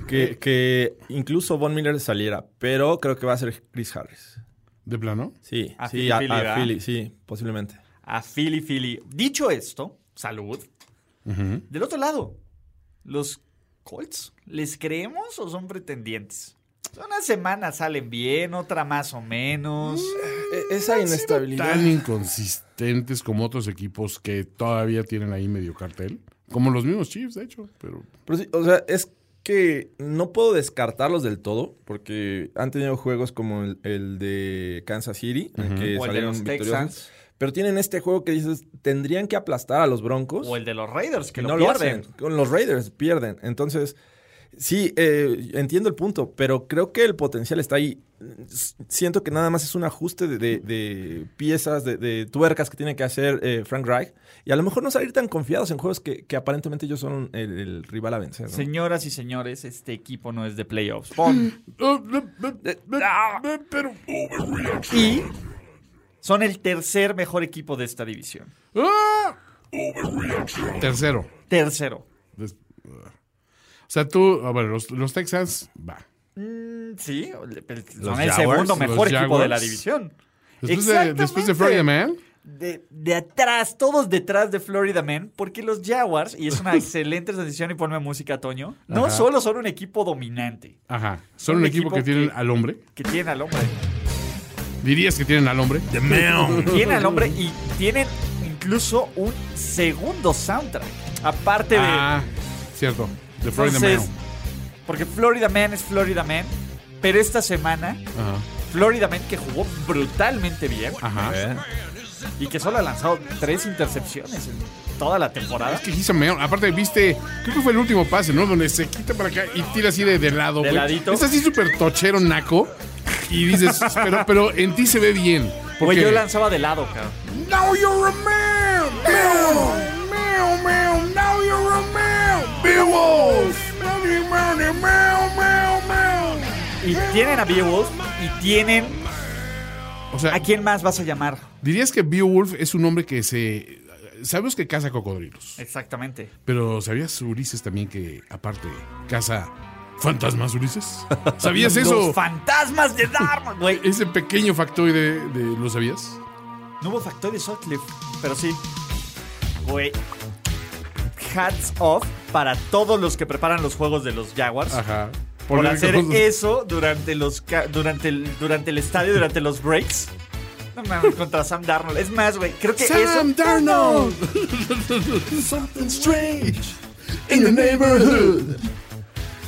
que, que incluso Von Miller saliera, pero creo que va a ser Chris Harris. ¿De plano? Sí, A sí, Philly, a, Philly, a ¿verdad? Philly, sí, posiblemente. A Philly, Philly. Dicho esto, salud. Del otro lado, los Colts, ¿les creemos o son pretendientes? Una semana salen bien, otra más o menos. E, Esa inestabilidad. Tan inconsistentes como otros equipos que todavía tienen ahí medio cartel. Como los mismos Chiefs, de hecho. Pero Pero sí, o sea, es que no puedo descartarlos del todo, porque han tenido juegos como el, el de Kansas City, en que O el de salieron los victoriosos. Texans. Pero tienen este juego que dices, tendrían que aplastar a los Broncos. O el de los Raiders, que y lo pierden. hacen. Con los Raiders pierden. Entonces, sí, eh, entiendo el punto, pero creo que el potencial está ahí. S- Siento que nada más es un ajuste de, de- de piezas, de, de tuercas que tiene que hacer eh, Frank Reich. Y a lo mejor no salir tan confiados en juegos que, que aparentemente ellos son el, el rival a vencer. ¿no? Señoras y señores, este equipo no es de playoffs. [laughs] Pon. Eh, ah. pero Y son el tercer mejor equipo de esta división. ¡Ah! Tercero. Tercero. Des- O sea, tú, a ver, los, los Texans, va. Mm, Sí, le- pe- son Los el Jaguars, segundo los mejor equipo de la Jaguars. división. Después de, después de Florida Exactamente. Man, De, de atrás, todos detrás de Florida Man, porque los Jaguars, y [laughs] es una excelente transición y ponme música, Toño, no Ajá. solo son un equipo dominante, ajá, son un, equipo, que tienen al hombre. que tienen al hombre, Dirías que tienen al hombre. tienen al hombre y tienen incluso un segundo soundtrack, aparte de... Ah, cierto, de Florida entonces, Man. porque Florida Man es Florida Man, pero esta semana Ajá, Florida Man que jugó brutalmente bien ajá. ¿Eh? y que solo ha lanzado tres intercepciones en toda la temporada. Es que hizo meón. Aparte, viste, creo que fue el último pase, ¿no? Donde se quita para acá y tira así de, de lado. De güey. ladito. Es así súper tochero, naco. Y [laughs] dices, pero, pero en ti se ve bien. Güey, Porque yo lanzaba de lado, cabrón. Now you're a man. Meow, meow, meow. Now you're a man. Beowulf. Meow, meow, meow, meow, meow. Y tienen a Beowulf y tienen. O sea, ¿A quién más vas a llamar? dirías que Beowulf es un hombre que se... Sabemos que caza cocodrilos, Exactamente. pero ¿sabías, Ulises, también que, aparte, caza fantasmas, Ulises? [laughs] ¿Sabías eso? Los fantasmas de Dharma, güey. Ese pequeño factoide de... ¿Lo sabías? No hubo factor de Sutcliffe, pero sí. Güey. Hats off para todos los que preparan los juegos de los Jaguars. Ajá. Por hacer cosas- eso durante los ca- durante el, durante el estadio, durante los breaks. No mames, contra Sam Darnold. Es más, güey, creo que eso. Sam Darnold. [laughs] Something strange in the neighborhood.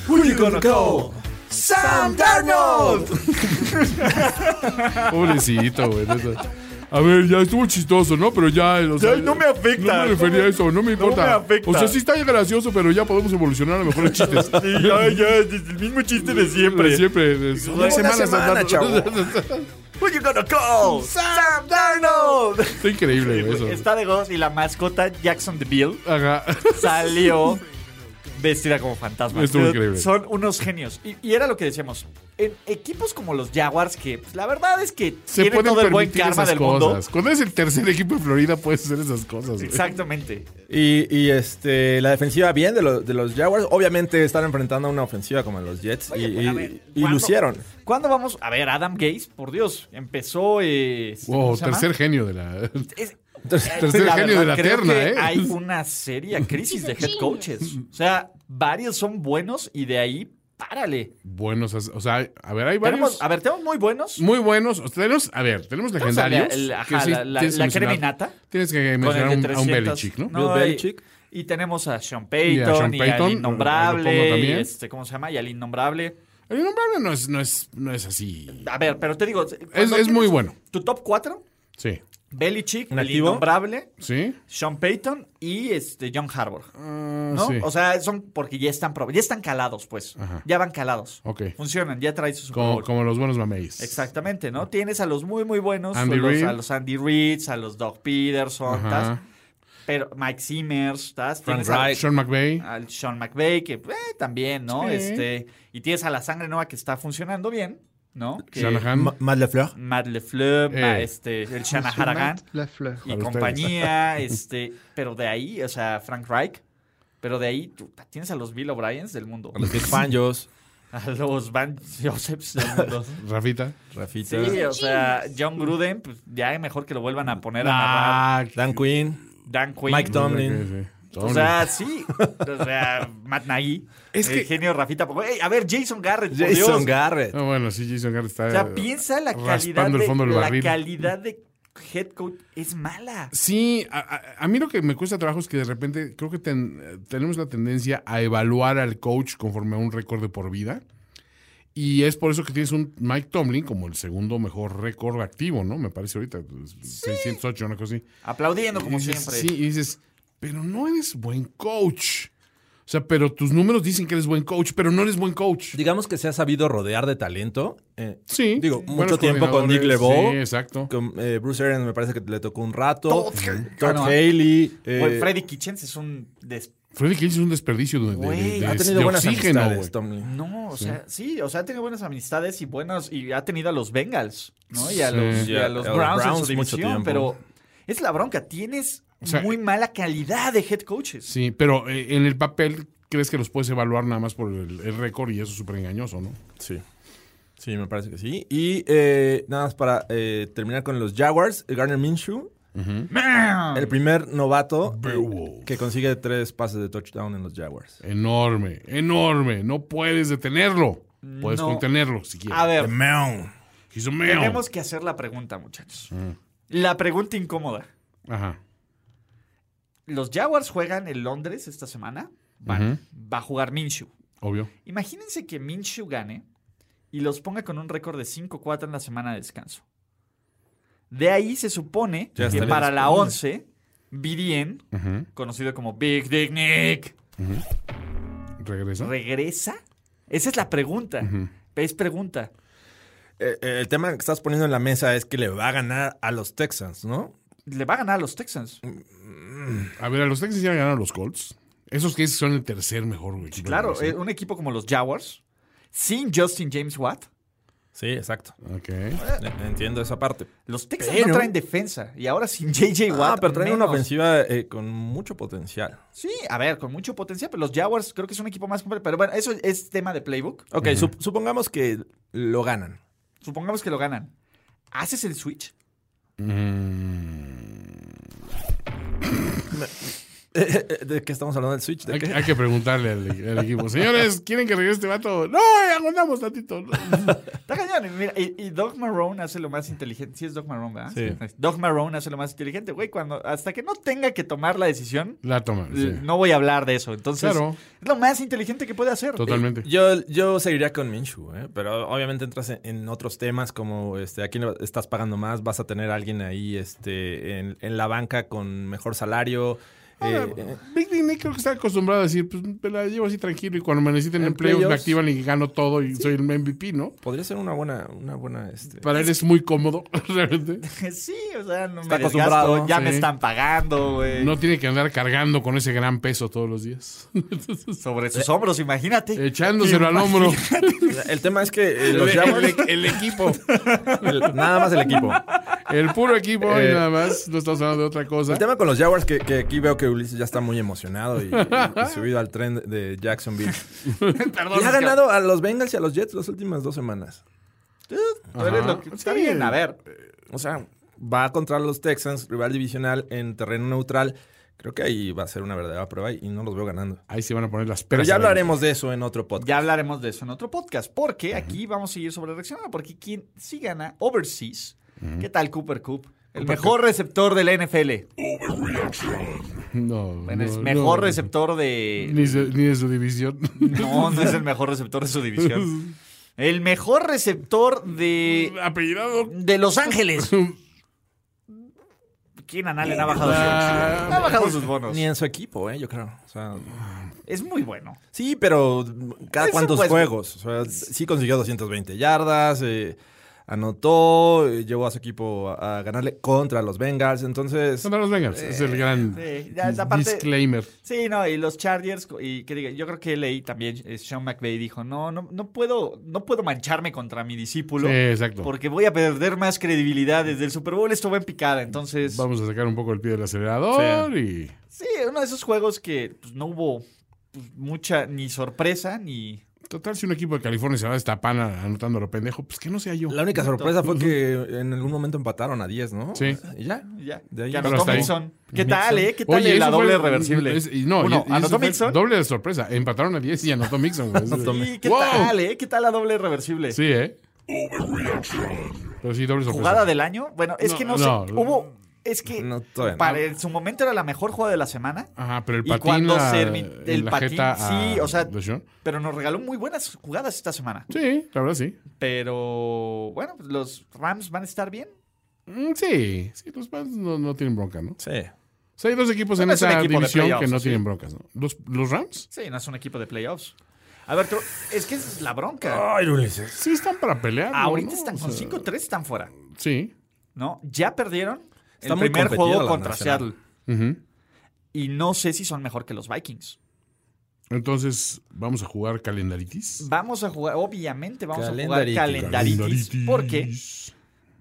Who you gonna call? Sam Darnold. [laughs] Pobrecito, güey. neta. A ver, ya estuvo chistoso, ¿no? Pero ya. o sea, no me afecta. No me refería a eso, no me importa. me afecta. O sea, sí está gracioso, pero ya podemos evolucionar a mejores chistes. Sí, ya, ya, es el mismo chiste de Siempre, [laughs] siempre. siempre. es- Una semana, semana, chavo. Who you gonna call? Sam Darnold. [laughs] Está increíble, güey, eso. Está de goz y la mascota Jackson DeVille Ajá. salió vestida como fantasma. Estuvo Pero increíble. Son unos genios. Y, y era lo que decíamos. En equipos como los Jaguars, que pues, la verdad es que Se tienen pueden todo el buen permitir karma esas del cosas. mundo. Cuando eres el tercer equipo de Florida, puedes hacer esas cosas. güey. Exactamente. Y, y, este, la defensiva bien de, lo- de los Jaguars. Obviamente están enfrentando a una ofensiva como los Jets. y Oye, a y- ver, y ¿cuándo- lucieron. ¿Cuándo vamos? A ver, Adam Gaze, por Dios, empezó. eh, Wow, ¿cómo se llama? tercer genio de la. [laughs] Es- eh, tercer genio de la creo terna, que ¿eh? Hay una [laughs] seria crisis de head coaches. O sea, varios son buenos y de ahí párale. Buenos. as- O sea, a ver, hay varios. Tenemos, a ver, tenemos muy buenos. Muy buenos. O sea, tenemos, a ver, tenemos Tenemos a la- legendarios. el- ajá, que sí la- la- tienes que la mencionar. creminata. Tienes que con el mencionar de un- a un 300. Belichick, ¿no? Bill y- Belichick. Y, tenemos a Sean Y a Payton, Sean y, Payton, lo- lo al pongo Innombrable, y también. este, ¿cómo se llama? Y al Innombrable. Brandon Browner no es, no es, no es así. A ver, pero te digo. Es, cuando es muy tienes bueno. Tu top 4, Sí. Belichick, el Nativo. innombrable, ¿Sí? Sean Payton y este John Harbaugh. Ah, ¿no? sí. O sea, son porque ya están prob- ya están calados, pues. Ya van calados. Ok. Funcionan, ya traes su Super como, Bowl. como los buenos mameis. Exactamente, ¿no? Tienes a los muy, muy buenos, Andy a los- Reid. a los Andy Reeds, a los Doug Peterson, Ajá. ¿tas? pero Mike Simmers, ¿tas? Frank Tienes al- Reich. Sean McVay. al Sean McVay, que eh, también, ¿no? Sí. Este, y tienes a la sangre nueva que está funcionando bien, ¿no? Que- Shanahan. Ma- Matt LaFleur. Matt LeFleur, ma- Eh. este, el Shanahan La flor. y Para [laughs] compañía, este, pero de ahí, o sea, Frank Reich, pero de ahí tú, tienes a los Bill O'Briens del mundo, A los Big Fangos, a los Van Josephs del [laughs] mundo. Rafita. Rafita, Sí, o sea, John Gruden, pues ya es mejor que lo vuelvan a poner a narrar. Ah, Dan Quinn, Dan Quinn. Mike Tomlin. sí, sí. O sea, sí. O sea, Matt Nagy. Es el que- genio Rafita. Güey, a ver, Jason Garrett. por Jason Dios. Garrett. Ah, bueno, sí, Jason Garrett está. O sea, piensa la calidad Raspando de, el fondo del la barril. calidad de head coach es mala. Sí, a, a- a mí lo que me cuesta trabajo es que de repente creo que ten- tenemos la tendencia a evaluar al coach conforme a un récord de por vida. Y es por eso que tienes un Mike Tomlin como el segundo mejor récord activo, ¿no? Me parece ahorita, pues, 608, una cosa así. Aplaudiendo como Y dices, siempre. Sí, y dices, pero no eres buen coach. O sea, pero tus números dicen que eres buen coach, pero no eres buen coach. Digamos que se ha sabido rodear de talento. eh, Sí. Digo, buenos mucho tiempo con Nick coordinadores, Lebeau. Sí, exacto. Con, eh, Bruce Arians me parece que le tocó un rato. Todd, Ah, no. Haley. eh, Güey, Freddy Kitchens es un des- Freddy Kitchens es un desperdicio de, de- Güey, de- ha de- tenido de buenas oxígeno, amistades, güey. Tomlin. No, o sea, sí, o sea, ha tenido buenas amistades y buenos, y ha tenido a los Bengals, ¿no? Y a los, Sí. y a los Y a los Browns, en Browns su mucho división, tiempo. pero es la bronca, tienes sea, muy mala calidad de head coaches. Sí, pero eh, en el papel crees que los puedes evaluar nada más por el, el récord y eso es súper engañoso, ¿no? Sí. Sí, me parece que sí. Y eh, nada más para eh, terminar con los Jaguars, Garner Minshew. El primer novato eh, Beowulf. que consigue tres pases de touchdown en los Jaguars. Enorme, enorme. No puedes detenerlo. Puedes No. contenerlo si quieres. A ver, He's a man. tenemos que hacer la pregunta, muchachos. Mm. La pregunta incómoda. Ajá. Los Jaguars juegan en Londres esta semana. Van- Va a jugar Minshew. Obvio. Imagínense que Minshew gane y los ponga con un récord de 5-4 en la semana de descanso. De ahí se supone Ya que estaría para la disponible. 11, BDN, conocido como Big Dick Nick, Regresa. ¿regresa? Esa es la pregunta. Es pregunta. Eh, eh, el tema que estás poniendo en la mesa es que le va a ganar a los Texans, ¿no? ¿Le va a ganar a los Texans? A ver, a los Texans ya ganaron los Colts. Esos que son el tercer mejor, güey. equipo de Claro, la eh, un equipo como los Jaguars, sin Justin James Watt, Sí, exacto. división. Ok. Eh, Entiendo esa parte. los Texans no Pero- traen defensa. Y ahora sin JJ Watt. Ah, pero traen una menos. ofensiva eh, con mucho potencial. Sí, a ver, con mucho potencial, pero los Jaguars creo que es un equipo más completo. Pero bueno, eso es tema de playbook. Ok, sup- supongamos que lo ganan. [laughs] Supongamos que lo ganan. ¿Haces el switch? Mm, Eh, eh, ¿De qué estamos hablando del Switch? ¿De Hay, que- qué? hay que preguntarle al, [laughs] al equipo. Señores, ¿quieren que regrese este vato? No, eh, aguantamos tantito. Está cañón. y Mira, y, y Doc Marrone hace lo más inteligente. Sí, es Doc Marrone, ¿verdad? Sí. Doc Marrone hace lo más inteligente. Güey, cuando, hasta que no tenga que tomar la decisión, La toma. sí. pues, eh, l- no voy a hablar de eso. Entonces, Claro. es lo más inteligente que puede hacer. Totalmente. Eh, Yo, yo seguiría con Minshu, ¿eh? pero obviamente entras en, en otros temas como este, a quién le estás pagando más, vas a tener a alguien ahí este, en, en la banca con mejor salario. eh, eh, Big Dick Nick creo que está acostumbrado a decir, pues me la llevo así tranquilo y cuando me necesiten En en playoffs me playoffs. activan y gano todo y soy el MVP, ¿no? podría ser una buena... Una buena este, Para él es muy cómodo, [laughs] realmente. [laughs] Sí, o sea, no Está me desgasto, acostumbrado, Ya sí. me están pagando, güey. No tiene que andar cargando con ese gran peso todos los [laughs] días. Sobre sus hombros, imagínate. Echándoselo al hombro. el tema es que eh, El, los Jaguars... el- el equipo. [laughs] el- nada más el equipo. El puro equipo y Eh, nada más. No estamos hablando de otra cosa. El tema con los Jaguars, que, que aquí veo que Ulises ya está muy emocionado y, y- y subido al tren de [laughs] Jacksonville. Perdón. Y es ha que- ganado a los Bengals y a los Jets las últimas dos semanas. Tú eres lo que- Está Sí. bien, a ver. O sea, va contra los Texans, rival divisional en terreno neutral. Creo que ahí va a ser una verdadera prueba y no los veo ganando. Ahí se van a poner las Pero peras ya a la- hablaremos de eso en otro podcast. Ya hablaremos de eso en otro podcast, porque aquí vamos a seguir sobre reaccionando, porque quien sí gana overseas, ¿qué tal Cooper Cup? El mejor receptor del NFL. No, Bueno, no, es no. mejor receptor de. Ni, su- ni de su división. No, no es el mejor receptor de su división. El mejor receptor de, [laughs] Apellidado. de Los Ángeles. Keenan Allen ha bajado, Ah. sus, ha bajado sus bonos. Ni en su equipo, eh, yo creo. O sea, Es muy bueno. sí, pero cada Eso, cuantos pues, juegos. O sea, sí consiguió 220 yardas, eh, anotó, eh, llevó a su equipo a, a ganarle contra los Bengals. Entonces, Contra los Bengals. es el gran sí, ya, esa parte- disclaimer. Sí, no, y los Chargers, y que diga, yo creo que leí también, eh, Sean McVay dijo, no, no, no puedo, no puedo mancharme contra mi discípulo. Sí, exacto. Porque voy a perder más credibilidad desde el Super Bowl, esto va en picada. Entonces, Vamos a sacar un poco el pie del acelerador y. sí, uno de esos juegos que pues, no hubo pues, mucha ni sorpresa, ni... Total, si un equipo de California se va a destapar a- anotando lo pendejo, pues que no sea yo. la única sorpresa fue que en algún momento empataron a 10, ¿no? Sí. Y ya. Ya, De ahí. que Pero anotó hasta ahí. Mixon. ¿Qué tal, eh? ¿Qué tal Oye, la eso fue- doble reversible? es- y no, y- Uno, y eso anotó fue Mixon. Doble de sorpresa. Empataron a 10 y anotó Mixon. güey. Sí, ¿qué Wow. tal, eh? ¿Qué tal la doble reversible? Sí, ¿eh? Pero sí, doble sorpresa. ¿Jugada del año? Bueno, es No, que no, no. sé. Hubo. Es que No, todavía no. para en su momento era la mejor jugada de la semana. Ajá, pero el Y patín. cuando la- se ermi- en el la patín, jeta a sí, o sea- LeSean. Pero nos regaló muy buenas jugadas esta semana. Sí, la verdad sí. Pero bueno, pues, los Rams van a estar bien. Mm, Sí, sí, los Pats no, no tienen bronca, ¿no? Sí. O sea, hay dos equipos en No es un esa equipo de división que playoffs, no sí. tienen broncas, ¿no? ¿Los, los Rams? Sí, no es un equipo de playoffs. A ver, tú- es que esa es la bronca. Ay, Ulises. Sí, están para pelear. ¿no? Ahorita Ah, ¿No? están O con sea, 5-3, están fuera. Sí. ¿No? Ya perdieron Está el muy primer competida juego la contra nacional. Seattle. Ujú. Y no sé si son mejor que los Vikings. Entonces, vamos a jugar calendaritis. Vamos a jugar, obviamente vamos Calendaritis. a jugar calendaritis. Porque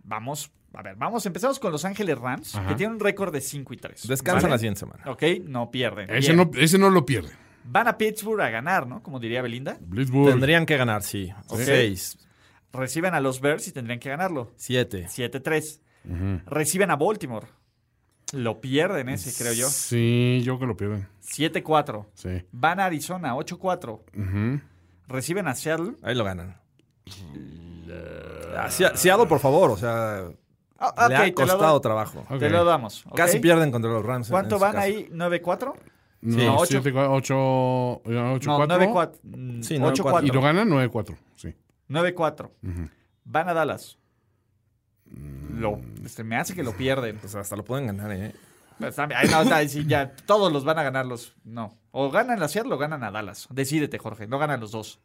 vamos, a ver, vamos, empezamos con Los Ángeles Rams, Ajá. que tienen un récord de 5 y 3. Descansan la siguiente semana. Ok, no pierden. Ese Bien. no, ese no lo pierden. Van a Pittsburgh a ganar, ¿no? Como diría Belinda. Blitzburg. Tendrían que ganar, sí. Ok. Seis, Reciben a los Bears y tendrían que ganarlo. siete. 7-3. Reciben a Baltimore. Lo pierden ese, creo yo. Sí, yo que lo pierden. 7-4. Sí. Van a Arizona, 8-4. Ujú. Reciben a Seattle. Ahí lo ganan. Ah, Se- Seattle, por favor, o sea, Ah, ok, le ha te lo, costado doy- trabajo. Ok. te lo damos. ok. Casi pierden contra los Rams. en- ¿Cuánto en su van casa. ahí? ¿9-4? No, No, ocho. 7, 8, 8, No, Mm, 4. 9-4. Sí, 8-4. Y lo ganan 9, 4. Sí. 9-4. Van a Dallas. Lo, se me hace que lo pierden. O sea, hasta lo pueden ganar, ¿eh? Pues, también, ay, no, ay, sí, ya, todos los van a ganar los. No. O ganan a Seattle o ganan a Dallas. Decídete, Jorge. No ganan los dos.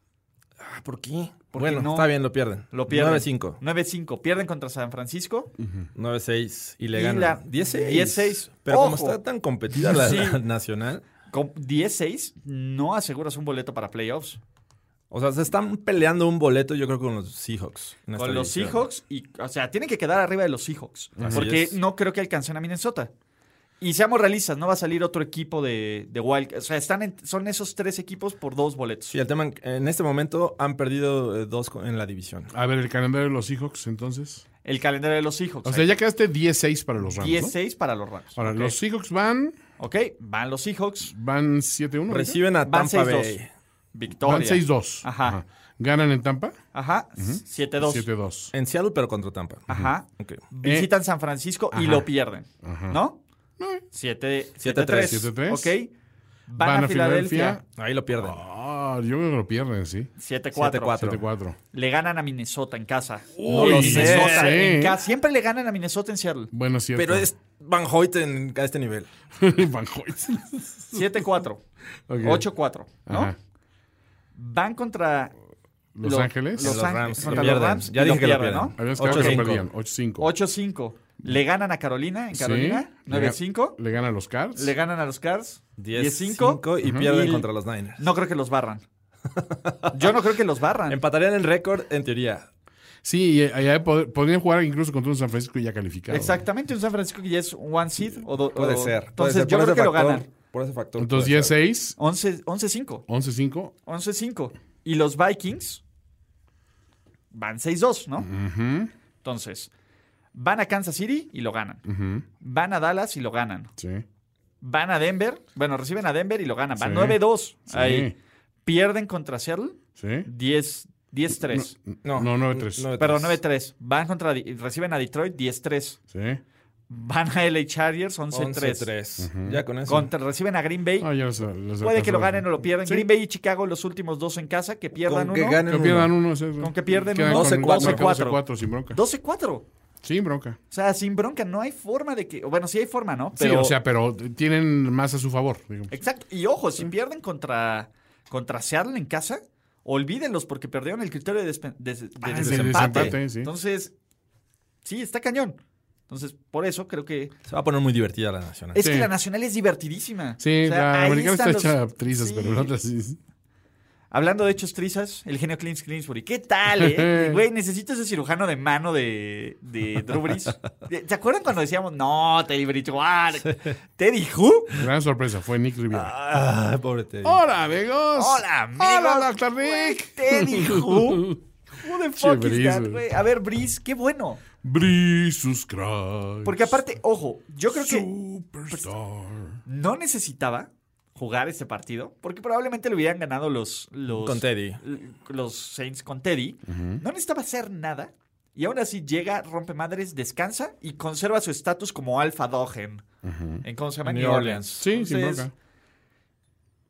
Ah, ¿Por qué? ¿Por bueno, qué no? está bien, lo pierden. Lo pierden. 9-5, 9-5. Pierden contra San Francisco. 9-6 y le Y ganan. la- 10-6. 10-6. Pero como Ojo. está tan competida la, Sí. la nacional, Con 10-6, no aseguras un boleto para playoffs. o sea, se están peleando un boleto, yo creo, con los Seahawks. en esta Con los división. Seahawks. Y, o sea, tienen que quedar arriba de los Seahawks. Así porque es. no creo que alcancen a Minnesota. Y seamos realistas, no va a salir otro equipo de, de Wild. O sea, están en- son esos tres equipos por dos boletos. Sí, el tema, en- en este momento han perdido eh, dos co- en la división. A ver, el calendario de los Seahawks, entonces. El calendario de los Seahawks. O sea, ya quedaste 10-6 para los Rams. 10 16 para los Rams. Ahora, Ok. los Seahawks van, Ok, van los Seahawks. van 7-1. ¿verdad? Reciben a Van Tampa 6-2. Bay Victoria. Van 6-2. Ajá. Ganan en Tampa. Ajá. 7-2. 7-2. en Seattle, pero contra Tampa. Ajá. Ok. Visitan San Francisco y Ajá. lo pierden. ¿No? Eh. 7-3. 7-3. Ok. Van, a, Filadelfia. Ahí lo pierden. Oh. Ah, yo creo que lo pierden, sí. 7-4. 7-4. Le ganan a Minnesota en casa. Uy, Minnesota no sé. en casa. Siempre le ganan a Minnesota en Seattle. Bueno, cierto. Pero es Van Hoyten a este nivel. [laughs] Van Hoyt. 7-4. Ok. 8-4. ¿no? Ajá. Van contra Los lo- Ángeles. Los Los Ángeles. Rams. Contra Lo los pierden. Rams. Ya y lo dije que lo pierden, ¿no? pierden. Habíamos quedado que lo 8-5. perdían. 8-5. 8-5. Le ganan a Carolina en Sí. Carolina. Le ga- 9-5. Le ganan a los Cards. Le ganan a los Cars. 10-5 10-5. y pierden Y- contra los Niners. No creo que los barran. Yo no creo que los barran. Empatarían el récord en teoría. Sí, y, y ahí pod- podrían jugar incluso contra un San Francisco y ya calificado. Exactamente, un San Francisco que ya es one seed. O do- Puede o- ser. puede Entonces ser. yo Por creo ese que lo factor- ganan. Por ese factor. Entonces puede ser. 10-6, 11 11-5. 11-5. 11-5. Y los Vikings van 6-2, ¿no? Entonces, van a Kansas City y lo ganan. Van a Dallas y lo ganan. Sí. Van a Denver. Bueno, reciben a Denver y lo ganan. Van Sí. 9-2. Sí. Ahí. Pierden contra Seattle Sí. 10 10-3. No, 9-3. Perdón, 9-3. Van contra. Di- Reciben a Detroit 10-3. Sí. Van a LA Chargers 11-3. 11-3. Ya con eso. Contra- Reciben a Green Bay. Ah, ya los- los Puede que lo alcanzaron. ganen o lo pierdan. Green Bay y Chicago, los últimos dos en casa, que pierdan Con que uno. ganen Que uno. pierdan uno. es eso. Con que pierden Quedan uno. con- 12-4. 12-4, sin bronca. 12-4. O Sin bronca. sea, sin bronca, no hay forma de que. Bueno, sí hay forma, ¿no? sí, o sea, pero tienen más a su favor. digamos. Exacto. Y ojo, si pierden contra, contra Seattle en casa, olvídenlos porque perdieron el criterio de, despe- de- de Ah, sí, desempate. desempate, sí. Entonces, sí, está cañón. Entonces, por eso creo que. Se va a poner muy divertida la nacional. Es Sí. que la nacional es divertidísima. Sí, O sea, la ahí americana está están hecha los- trizas, Sí. pero la otra sí. Hablando de hechos trizas, el genio Clint Clinsbury. ¿Qué tal, [laughs] eh? Güey, necesito ese cirujano de mano de, de Drew [laughs] Brees. ¿Se acuerdan cuando decíamos, no, Teddy Bridgewater? ¿Teddy Who? Gran sorpresa, fue Nick Riviera. Ah, pobre Teddy. ¡Hola, amigos! Hola, amigos. ¡Hola, Dr. Güey, Nick! Teddy Who. Who the fuck Che, is Breeze, that, güey. güey? A ver, Breeze, qué bueno. Brisus Christ. Porque aparte, ojo, yo creo que Pues, Superstar. no necesitaba jugar este partido, porque probablemente lo hubieran ganado los, los, Con Teddy. l- los Saints con Teddy. No necesitaba hacer nada. Y aún así llega, rompe madres, descansa y conserva su estatus como alfa dogen. En cómo se llama New New Orleans. Orleans. Sí, sin Entonces, bronca.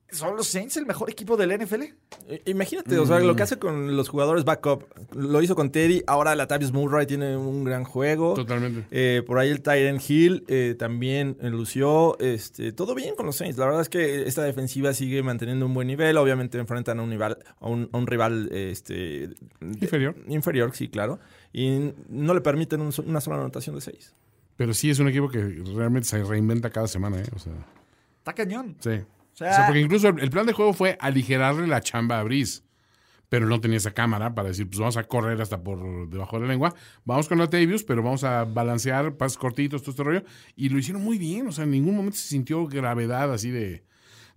¿Son los Saints el mejor equipo del NFL? I- Imagínate, o sea, Mm. lo que hace con los jugadores backup. Lo hizo con Teddy. Ahora la Tavis Murray tiene un gran juego. Totalmente. Eh, por ahí el Tyren Hill eh, también eh, lució. Este, todo bien con los Saints. La verdad es que esta defensiva sigue manteniendo un buen nivel. Obviamente enfrentan a un rival, a un, a un rival eh, este, de- Inferior. inferior, sí, claro. Y no le permiten un so- una sola anotación de seis. Pero sí es un equipo que realmente se reinventa cada semana, ¿eh? O sea, Está cañón. sí. O sea, sea- porque incluso el, el plan de juego fue aligerarle la chamba a Brice. Pero no tenía esa cámara para decir, pues vamos a correr hasta por debajo de la lengua. Vamos con la Tavius, pero vamos a balancear pases cortitos, todo este rollo. Y lo hicieron muy bien. O sea, en ningún momento se sintió gravedad así de.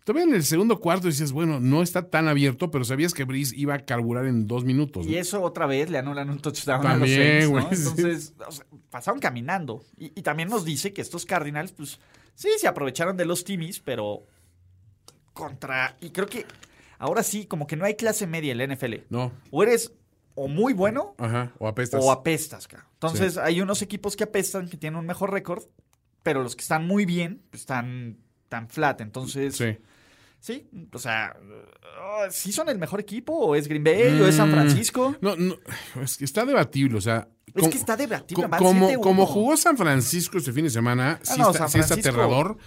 Todavía en el segundo cuarto dices, bueno, no está tan abierto, pero sabías que Brice iba a carburar en dos minutos. Pues ¿no? Y eso otra vez le anulan un touchdown También, a los Saints, ¿no? güey, [laughs] sí. Entonces, o sea, pasaron caminando. Y, y también nos dice que estos Cardinals, pues, sí, se aprovecharon de los Timis, pero contra... Y creo que ahora sí, como que no hay clase media en la NFL. No. O eres o muy bueno Ajá. O apestas. o apestas, cabrón. Entonces, hay unos equipos que apestan, que tienen un mejor récord, pero los que están muy bien, pues, están tan flat. Entonces, Sí. sí, o sea, uh, ¿sí son el mejor equipo? ¿O es Green Bay? ¿O es Mm. San Francisco? No, no, es que está debatible, o sea. Es com- que está debatible. co- van Como, 7-1. como jugó San Francisco este fin de semana, sí, Ah, no, está, San sí está Francisco. aterrador.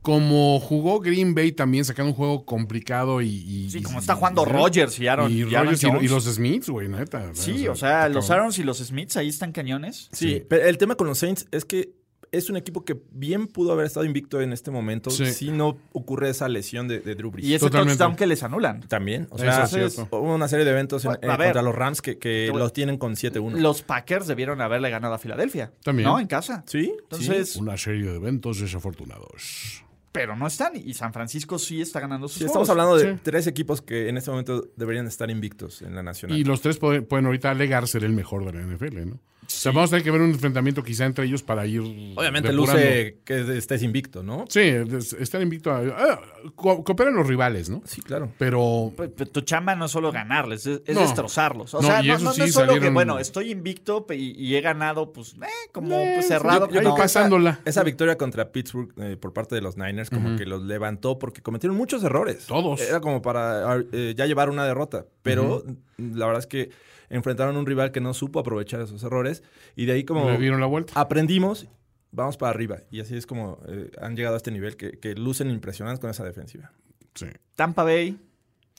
Como jugó Green Bay también, sacando un juego complicado y. y- Sí, y- como está jugando y- Rodgers y Aaron- Y, y Aaron Rodgers y- Jones. y los Smiths, güey, neta. Sí, o sea, los Aaron Arons y los Smiths ahí están cañones. Sí, pero el tema con los Saints es que es un equipo que bien pudo haber estado invicto en este momento Sí. si no ocurre esa lesión de, de Drew Brees. Y ese Totalmente. touchdown que les anulan. También, o Eso sea, es cierto. hubo una serie de eventos en- Bueno, en- a ver. contra los Rams que, que voy- los tienen con 7-1. Los Packers debieron haberle ganado a Filadelfia. También. No, en casa. Sí, Entonces, Una serie de eventos desafortunados. pero no están. Y San Francisco sí está ganando sus Sí, estamos juegos. hablando de Sí. tres equipos que en este momento deberían estar invictos en la nacional. Y los tres puede- pueden, ahorita alegar ser el mejor de la NFL, ¿no? O sea, vamos a tener que ver un enfrentamiento quizá entre ellos para ir. Obviamente depurando. luce que estés invicto, ¿no? Sí, es- estar invicto a. ah, co- cooperan los rivales, ¿no? Sí, claro. Pero Pe- pe- Tu chamba no es solo ganarles, es, es No. destrozarlos. O No, sea, y no, eso no- no sí es solo que, salieron- bueno, estoy invicto pe- y, y he ganado, pues, eh, como Eh, pues, cerrado. yo- yo no. creo que pasa- Pasándola. Esa victoria contra Pittsburgh eh, por parte de los Niners como que los levantó porque cometieron muchos errores. Todos. Era como para eh, ya llevar una derrota. Pero la verdad es que enfrentaron a un rival que no supo aprovechar esos errores y de ahí como le dieron la vuelta. aprendimos, vamos para arriba. Y así es como eh, han llegado a este nivel que, que lucen impresionantes con esa defensiva. Sí. Tampa Bay,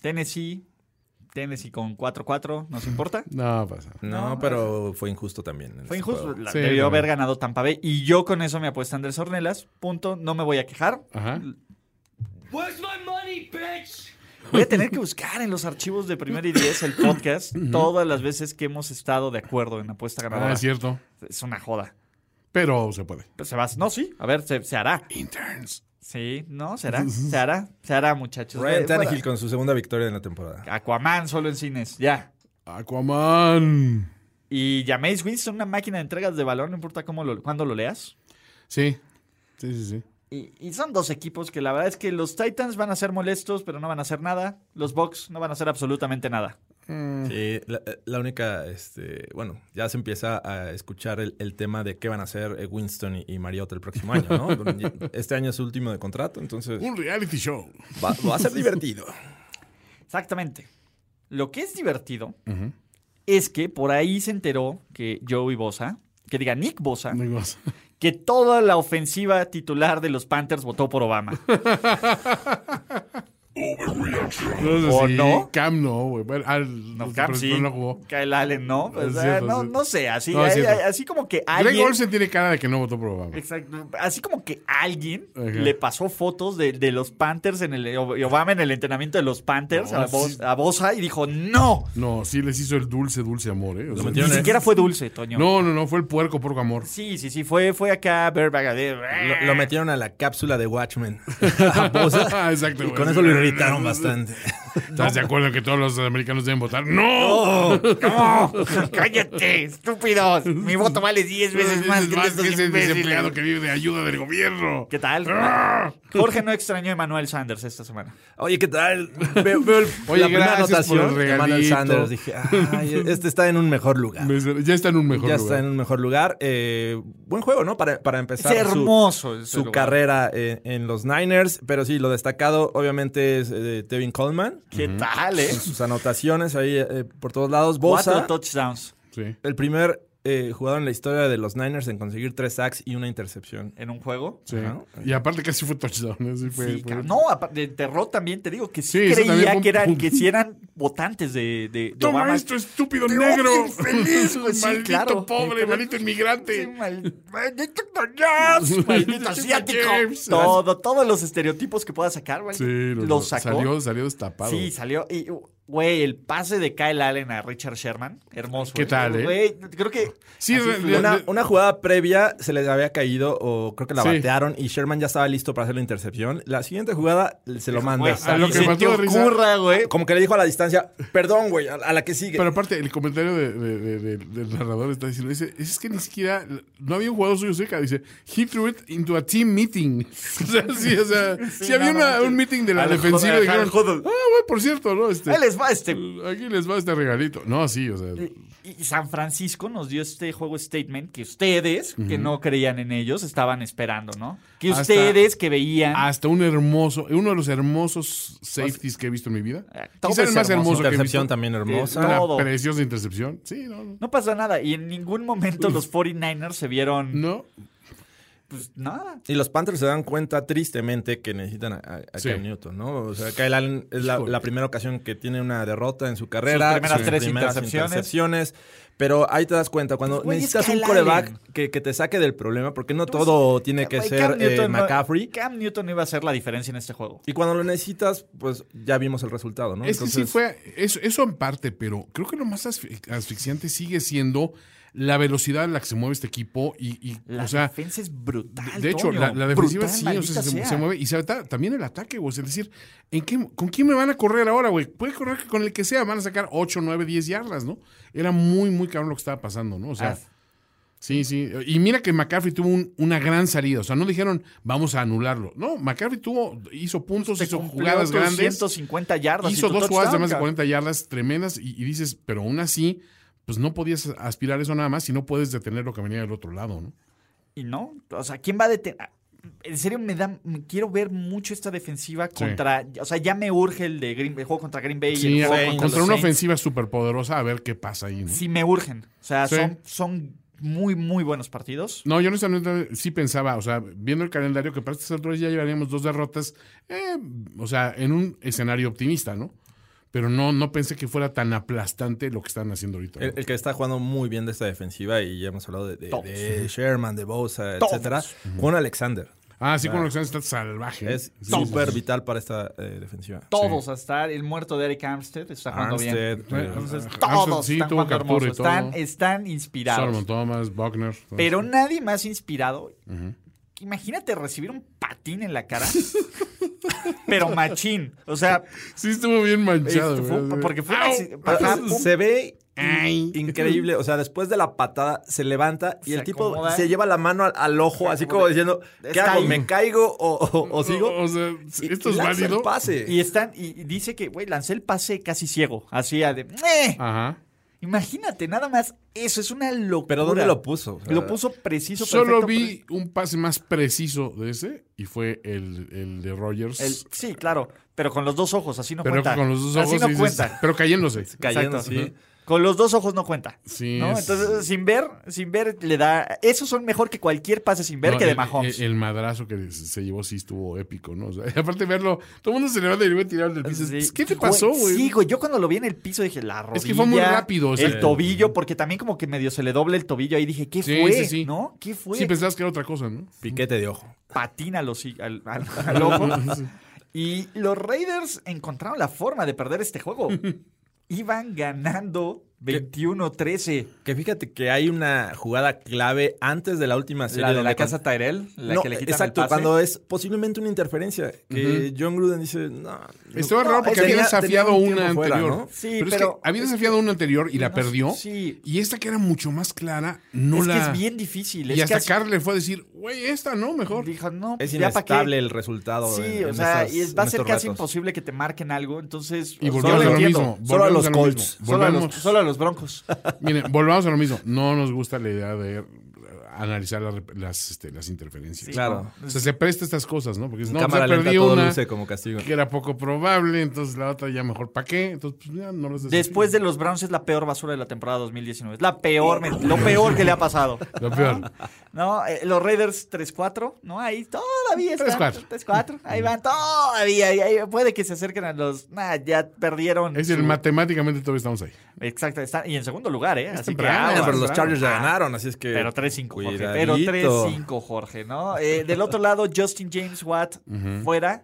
Tennessee, Tennessee con 4-4, nos importa. No pues, pasa. nada. No, pero fue injusto también. en Fue este injusto. juego. la- Sí, debió la haber verdad. ganado Tampa Bay. Y yo con eso me apuesto a Andrés Ornelas. Punto. No me voy a quejar. Ajá. Where's my money, bitch? Voy a tener que buscar en los archivos de Primera y Diez el podcast todas las veces que hemos estado de acuerdo en apuesta Ah, ganadora. es cierto. es una joda. Pero se puede. Pero se va. No, sí. A ver, se, se hará. Interns. Sí, no, será. Se hará. Se hará, muchachos. Ryan Eh, fuera. Tannehill con su segunda victoria en la temporada. Aquaman solo en cines. Ya. Aquaman. Y Jameis Winston, una máquina de entregas de balón, no importa cómo lo, cuándo lo leas. Sí. Sí, sí, sí. Y, y son dos equipos que la verdad es que los Titans van a ser molestos, pero no van a hacer nada. Los Bucks no van a hacer absolutamente nada. Sí, la, eh, la única, este, bueno, ya se empieza a escuchar el, el tema de qué van a hacer eh, Winston y, y Mariota el próximo año, [laughs] ¿no? Este año es su último de contrato, entonces Un reality show. va, va a ser divertido. Exactamente. Lo que es divertido es que por ahí se enteró que Joey Bosa, que diga Nick [laughs] Bosa, No ibas. que toda la ofensiva titular de los Panthers votó por [laughs] Obama. No sé ¿O si no? Cam no, güey. Bueno, al- No, pero- Cam pero sí, no jugó. Kyle Allen no. pues, Es ah, cierto, no, sí. no sé, así, No, es hay- cierto. hay- así como que Greg alguien... Olsen tiene cara de que no votó por Obama. Exacto. Así como que alguien Ajá. le pasó fotos de, de los Panthers en el y Obama en el entrenamiento de los Panthers No, a, sí. Bos- a Bosa y dijo no. No, sí les hizo el dulce, dulce amor, ¿eh? O sea, metieron Ni ¿eh? siquiera fue dulce, Toño. no, no, no, fue el puerco, puerco amor. Sí, sí, sí, fue, fue acá "Eh, Berbag. Lo, lo metieron a la cápsula de [laughs] Watchmen. A Bosa, Exacto, Y güey. con eso lo irritaron bastante. ¿Estás de acuerdo que todos los americanos deben votar? ¡No! [laughs] ¡No! ¡Cállate, estúpidos! Mi voto vale 10 veces Dices más que, más estos que ese imbéciles. desempleado que vive de ayuda del gobierno. Ah. ¿Qué tal? Jorge no extrañó a Emmanuel Sanders esta semana. [laughs] Oye, ¿qué tal? Veo, veo el- Oye, la primera gracias por el anotación de Emmanuel regalito. Sanders. Dije, [laughs] "Ay, este está en un mejor lugar. Ya está en un mejor ya lugar. está en un mejor lugar. Eh, buen juego, ¿no? Para, para empezar. Es su- hermoso. ese su lugar. carrera en, en los Niners, pero sí, lo destacado obviamente es eh, Tevin Coleman, ¿Qué tal, eh? con sus anotaciones ahí eh, por todos lados. Cuatro Bosa, touchdowns Sí. el primer eh, jugador en la historia de los Niners en conseguir tres sacks y una intercepción. en un juego. Sí. Ajá. Y aparte casi fue touchdown. así fue- Sí, fue- cabrón. No, apa- de terror también te digo que sí, Pues, Sí, eso también fue creía un que eran, punto. que sí eran votantes de, de, de Toma Obama. esto, estúpido Te negro. odio, [laughs] infeliz, güey. Sí, maldito claro. pobre, Pero- maldito Sí, inmigrante. mal- maldito Toñaz, [laughs] maldito asiático. James. Todo, todos los estereotipos que pueda sacar, güey. Sí, los, lo- sacó. Salió, salió destapado. Sí, salió. Y, uh, güey, el pase de Kyle Allen a Richard Sherman. Hermoso. ¿Qué güey. tal, eh? Güey, creo que. Sí, así re- fue. re- Una, una jugada previa se les había caído o creo que la Sí. batearon y Sherman ya estaba listo para hacer la intercepción. La siguiente jugada se lo manda. Güey, a lo ni que se mató te de risa- ocurra, ah, güey. Como que le dijo a la distancia, perdón, güey, a, a la que sigue. Pero aparte, el comentario de- de- de- de- del narrador está diciendo, dice, es que ni siquiera, no había un jugador suyo cerca, dice, he threw it into a team meeting. [laughs] o sea, sí, o [laughs] sea, si había no, una- no, un meeting de la al defensiva, huddle, dijeron, al ah, huddle". güey, por cierto, ¿no? Este, Ahí les va este. aquí les va este regalito. No, sí, o sea, Y y San Francisco nos dio este juego statement que ustedes, que no creían en ellos, estaban esperando, ¿no? Que Hasta- ustedes que veían. hasta un hermoso, uno de los hermosos safeties que he visto en mi vida. Ah, todo Quizá el es más hermoso, hermoso. que he visto. intercepción también hermosa. Una Todo. preciosa intercepción. Sí, no, no. No pasó nada. Y en ningún momento los 49ers se vieron. No, Pues nada. Y los Panthers se dan cuenta tristemente que necesitan a, a- a Sí. Cam Newton, ¿no? O sea, Kyle Allen es la, Híjole. la primera ocasión que tiene una derrota en su carrera. Sus primeras tres intercepciones. intercepciones. Pero ahí te das cuenta, cuando Pues, güey, es necesitas un Kyle coreback Allen. que, que te saque del problema, porque no todo tiene que Güey, ser eh, no- McCaffrey. Cam Newton iba a hacer la diferencia en este juego. Y cuando lo necesitas, pues ya vimos el resultado, ¿no? Es que Este sí Entonces, fue, eso, eso en parte, pero creo que lo más asfi- asfixiante sigue siendo la velocidad a la que se mueve este equipo y, y, La o sea, defensa es brutal. de hecho, Toño. la, la defensiva Brutal, sí, o maldita sea, se, sea. se mueve y se ata- también el ataque, güey, es decir, ¿en qué, ¿con quién me van a correr ahora, güey? Puede correr con el que sea, van a sacar 8, 9, 10 yardas, ¿no? Era muy, muy cabrón lo que estaba pasando, ¿no? O sea, Ah, Sí, sí. Y mira que McCaffrey tuvo un- una gran salida. O sea, no dijeron, vamos a anularlo. No, McCaffrey tuvo, hizo puntos, se hizo cumplió jugadas tus grandes. 150 yardas. y Hizo tu dos jugadas de touchdown, más de cabrón. 40 yardas tremendas y, y dices, pero aún así, pues no podías aspirar eso nada más si no puedes detener lo que venía del otro lado, ¿no? Y no, o sea, ¿quién va a detener? En serio, me da, me- quiero ver mucho esta defensiva contra. O sea, ya me urge el de Green, el juego contra Green Bay. y Sí, el juego a- contra, contra los una Saints. ofensiva súper poderosa, a ver qué pasa ahí, ¿no? Sí, me urgen. O sea, Sí. son, son muy, muy buenos partidos. No, yo honestamente sí pensaba, o sea, viendo el calendario, que para estas alturas ya llevaríamos dos derrotas, eh, o sea, en un escenario optimista, ¿no? Pero no, no pensé que fuera tan aplastante lo que están haciendo ahorita. ¿no? El, el que está jugando muy bien de esta defensiva, y ya hemos hablado de, de- Todos. de Sherman, de Bosa, Todos. etcétera, con Alexander. ah, sí, con lo que están, está salvaje. ¿eh? Es Sí, sí, súper sí. vital para esta eh, defensiva. Todos, hasta el muerto de Eric Armstead está jugando bien. Armstead, eh, Entonces, Todos Ah, sí, están tuvo jugando captura y hermoso. todo. Están, están inspirados. Solomon Thomas, Buckner. Pero nadie más inspirado. Imagínate recibir un patín en la cara. [laughs] pero machín. O sea, Sí, estuvo bien manchado. Esto fue- güey. porque fue un ¡Au! acci- Pero Ajá, Ah, se- pum. se ve increíble. O sea, después de la patada se levanta y Se el tipo acomoda. se lleva la mano al, al ojo, así como diciendo, ¿qué Está hago? ahí. ¿Me caigo o, o- o sigo? O sea, Y- esto y es lanza el válido. pase. Y están, y y dice que, güey, lancé el pase casi ciego. Así a de. "Eh". Ajá. Imagínate, nada más eso, es una locura. ¿Pero dónde lo puso? O sea, Lo puso preciso. Solo perfecto, vi un pase más preciso de ese y fue el, el de Rogers. El- sí, claro, pero con los dos ojos, así no pero cuenta. con los dos así ojos no dices, cuenta. pero cayéndose. cayendo Exacto. así. Con los dos ojos no cuenta. Sí, [laughs] ¿no? es- Entonces, sin ver, sin ver le da. Esos son mejor que cualquier pase sin ver No, eh, que de el- Mahomes. El, el madrazo que se se llevó sí estuvo épico, ¿no? O sea, [laughs] aparte verlo, todo el mundo se levanta y le va a tirar del piso. Sí. ¿Qué te pasó, güey? Sí, güey. Yo cuando lo vi en el piso dije, la rodilla. Es que fue muy rápido, o sea, el tobillo, porque también como que medio se le doble el tobillo. Ahí dije, ¿qué Sí, fue? sí, sí. ¿No? ¿Qué fue? Sí, pensabas que era otra cosa, ¿no? Piquete de ojo. Patina al, hocico- al- al- [laughs] al ojo. [laughs] y los Raiders encontraron la forma de perder [laughs] este juego. Iban ganando 21-13. Que fíjate que hay una jugada clave antes de la última serie. La de la donde casa Tyrell, la No, que le quitan exacto, el pase. cuando es posiblemente una interferencia. Que John Gruden dice, no. Estaba no, raro porque había tenía- desafiado tenía un una tiempo fuera, anterior. ¿no? Sí, es pero- que había desafiado una anterior y la no, perdió. sí. Y esta que era mucho más clara, no es la. que es bien difícil. y es hasta que Carl le fue a decir, güey, esta no, mejor. Dijo, no, Es ya pa' qué. inestable el resultado. Sí, en- o en sea, esas- y es- va a en ser estos casi retos. imposible que te marquen algo, entonces... Y o- volvemos solo a lo entiendo. mismo. Solo a volvemos los lo Colts. mismo. Solo a, los, Volvemos- solo a los broncos. Miren, volvamos a lo mismo. No nos gusta la idea de analizar la rep- las, este, las interferencias. Claro. O sea, se presta estas cosas, ¿no? Porque En no, cámara se lenta perdió todo una luce como castigo. que era poco probable, entonces la otra ya mejor para qué. Entonces, pues ya no los desafío. Después de los Browns es la peor basura de la temporada 2019. Es la peor, men- lo peor que le ha pasado. Lo peor. No, eh, los Raiders 3-4, ¿no? Ahí todavía están. 3-4. 3-4. Ahí van todavía. ahí- ahí puede que se acerquen a los... Nah, ya perdieron. Es el su- matemáticamente todavía estamos ahí. Exacto. están- y en segundo lugar, ¿eh? Así que temprano, Ah, aguas. pero los Chargers ya ganaron, así es que. Pero 3-5, Jorge. Cuidadito. Pero 3-5, Jorge, ¿no? Eh, del otro lado, Justin James Watt fuera.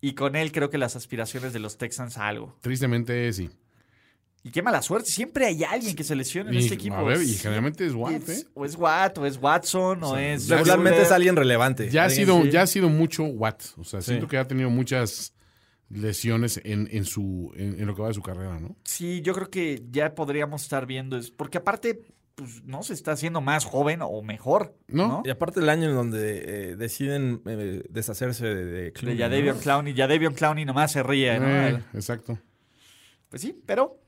Y con él creo que las aspiraciones de los Texans a algo. Tristemente, sí. Y qué mala suerte. Siempre hay alguien que se lesiona en Y, este equipo. a ver, y Sí, generalmente es Watt, es- ¿eh? O es Watt, o es Watson, o es... Regularmente es Fuller. alguien relevante. Ya ha, Alguien- sido, ya ha sido mucho Watt. O sea, siento que ha tenido muchas lesiones en, en su en, en lo que va de su carrera, ¿no? Sí, yo creo que ya podríamos estar viendo... Es, porque aparte, pues, no se está haciendo más joven o mejor, No. ¿no? Y aparte el año en donde eh, deciden eh, deshacerse de, de Clooney, De ya ¿no? Davion Clowney, ya Davion Clowney nomás se ríe, Ah, ¿no? Eh, exacto. Pues sí, pero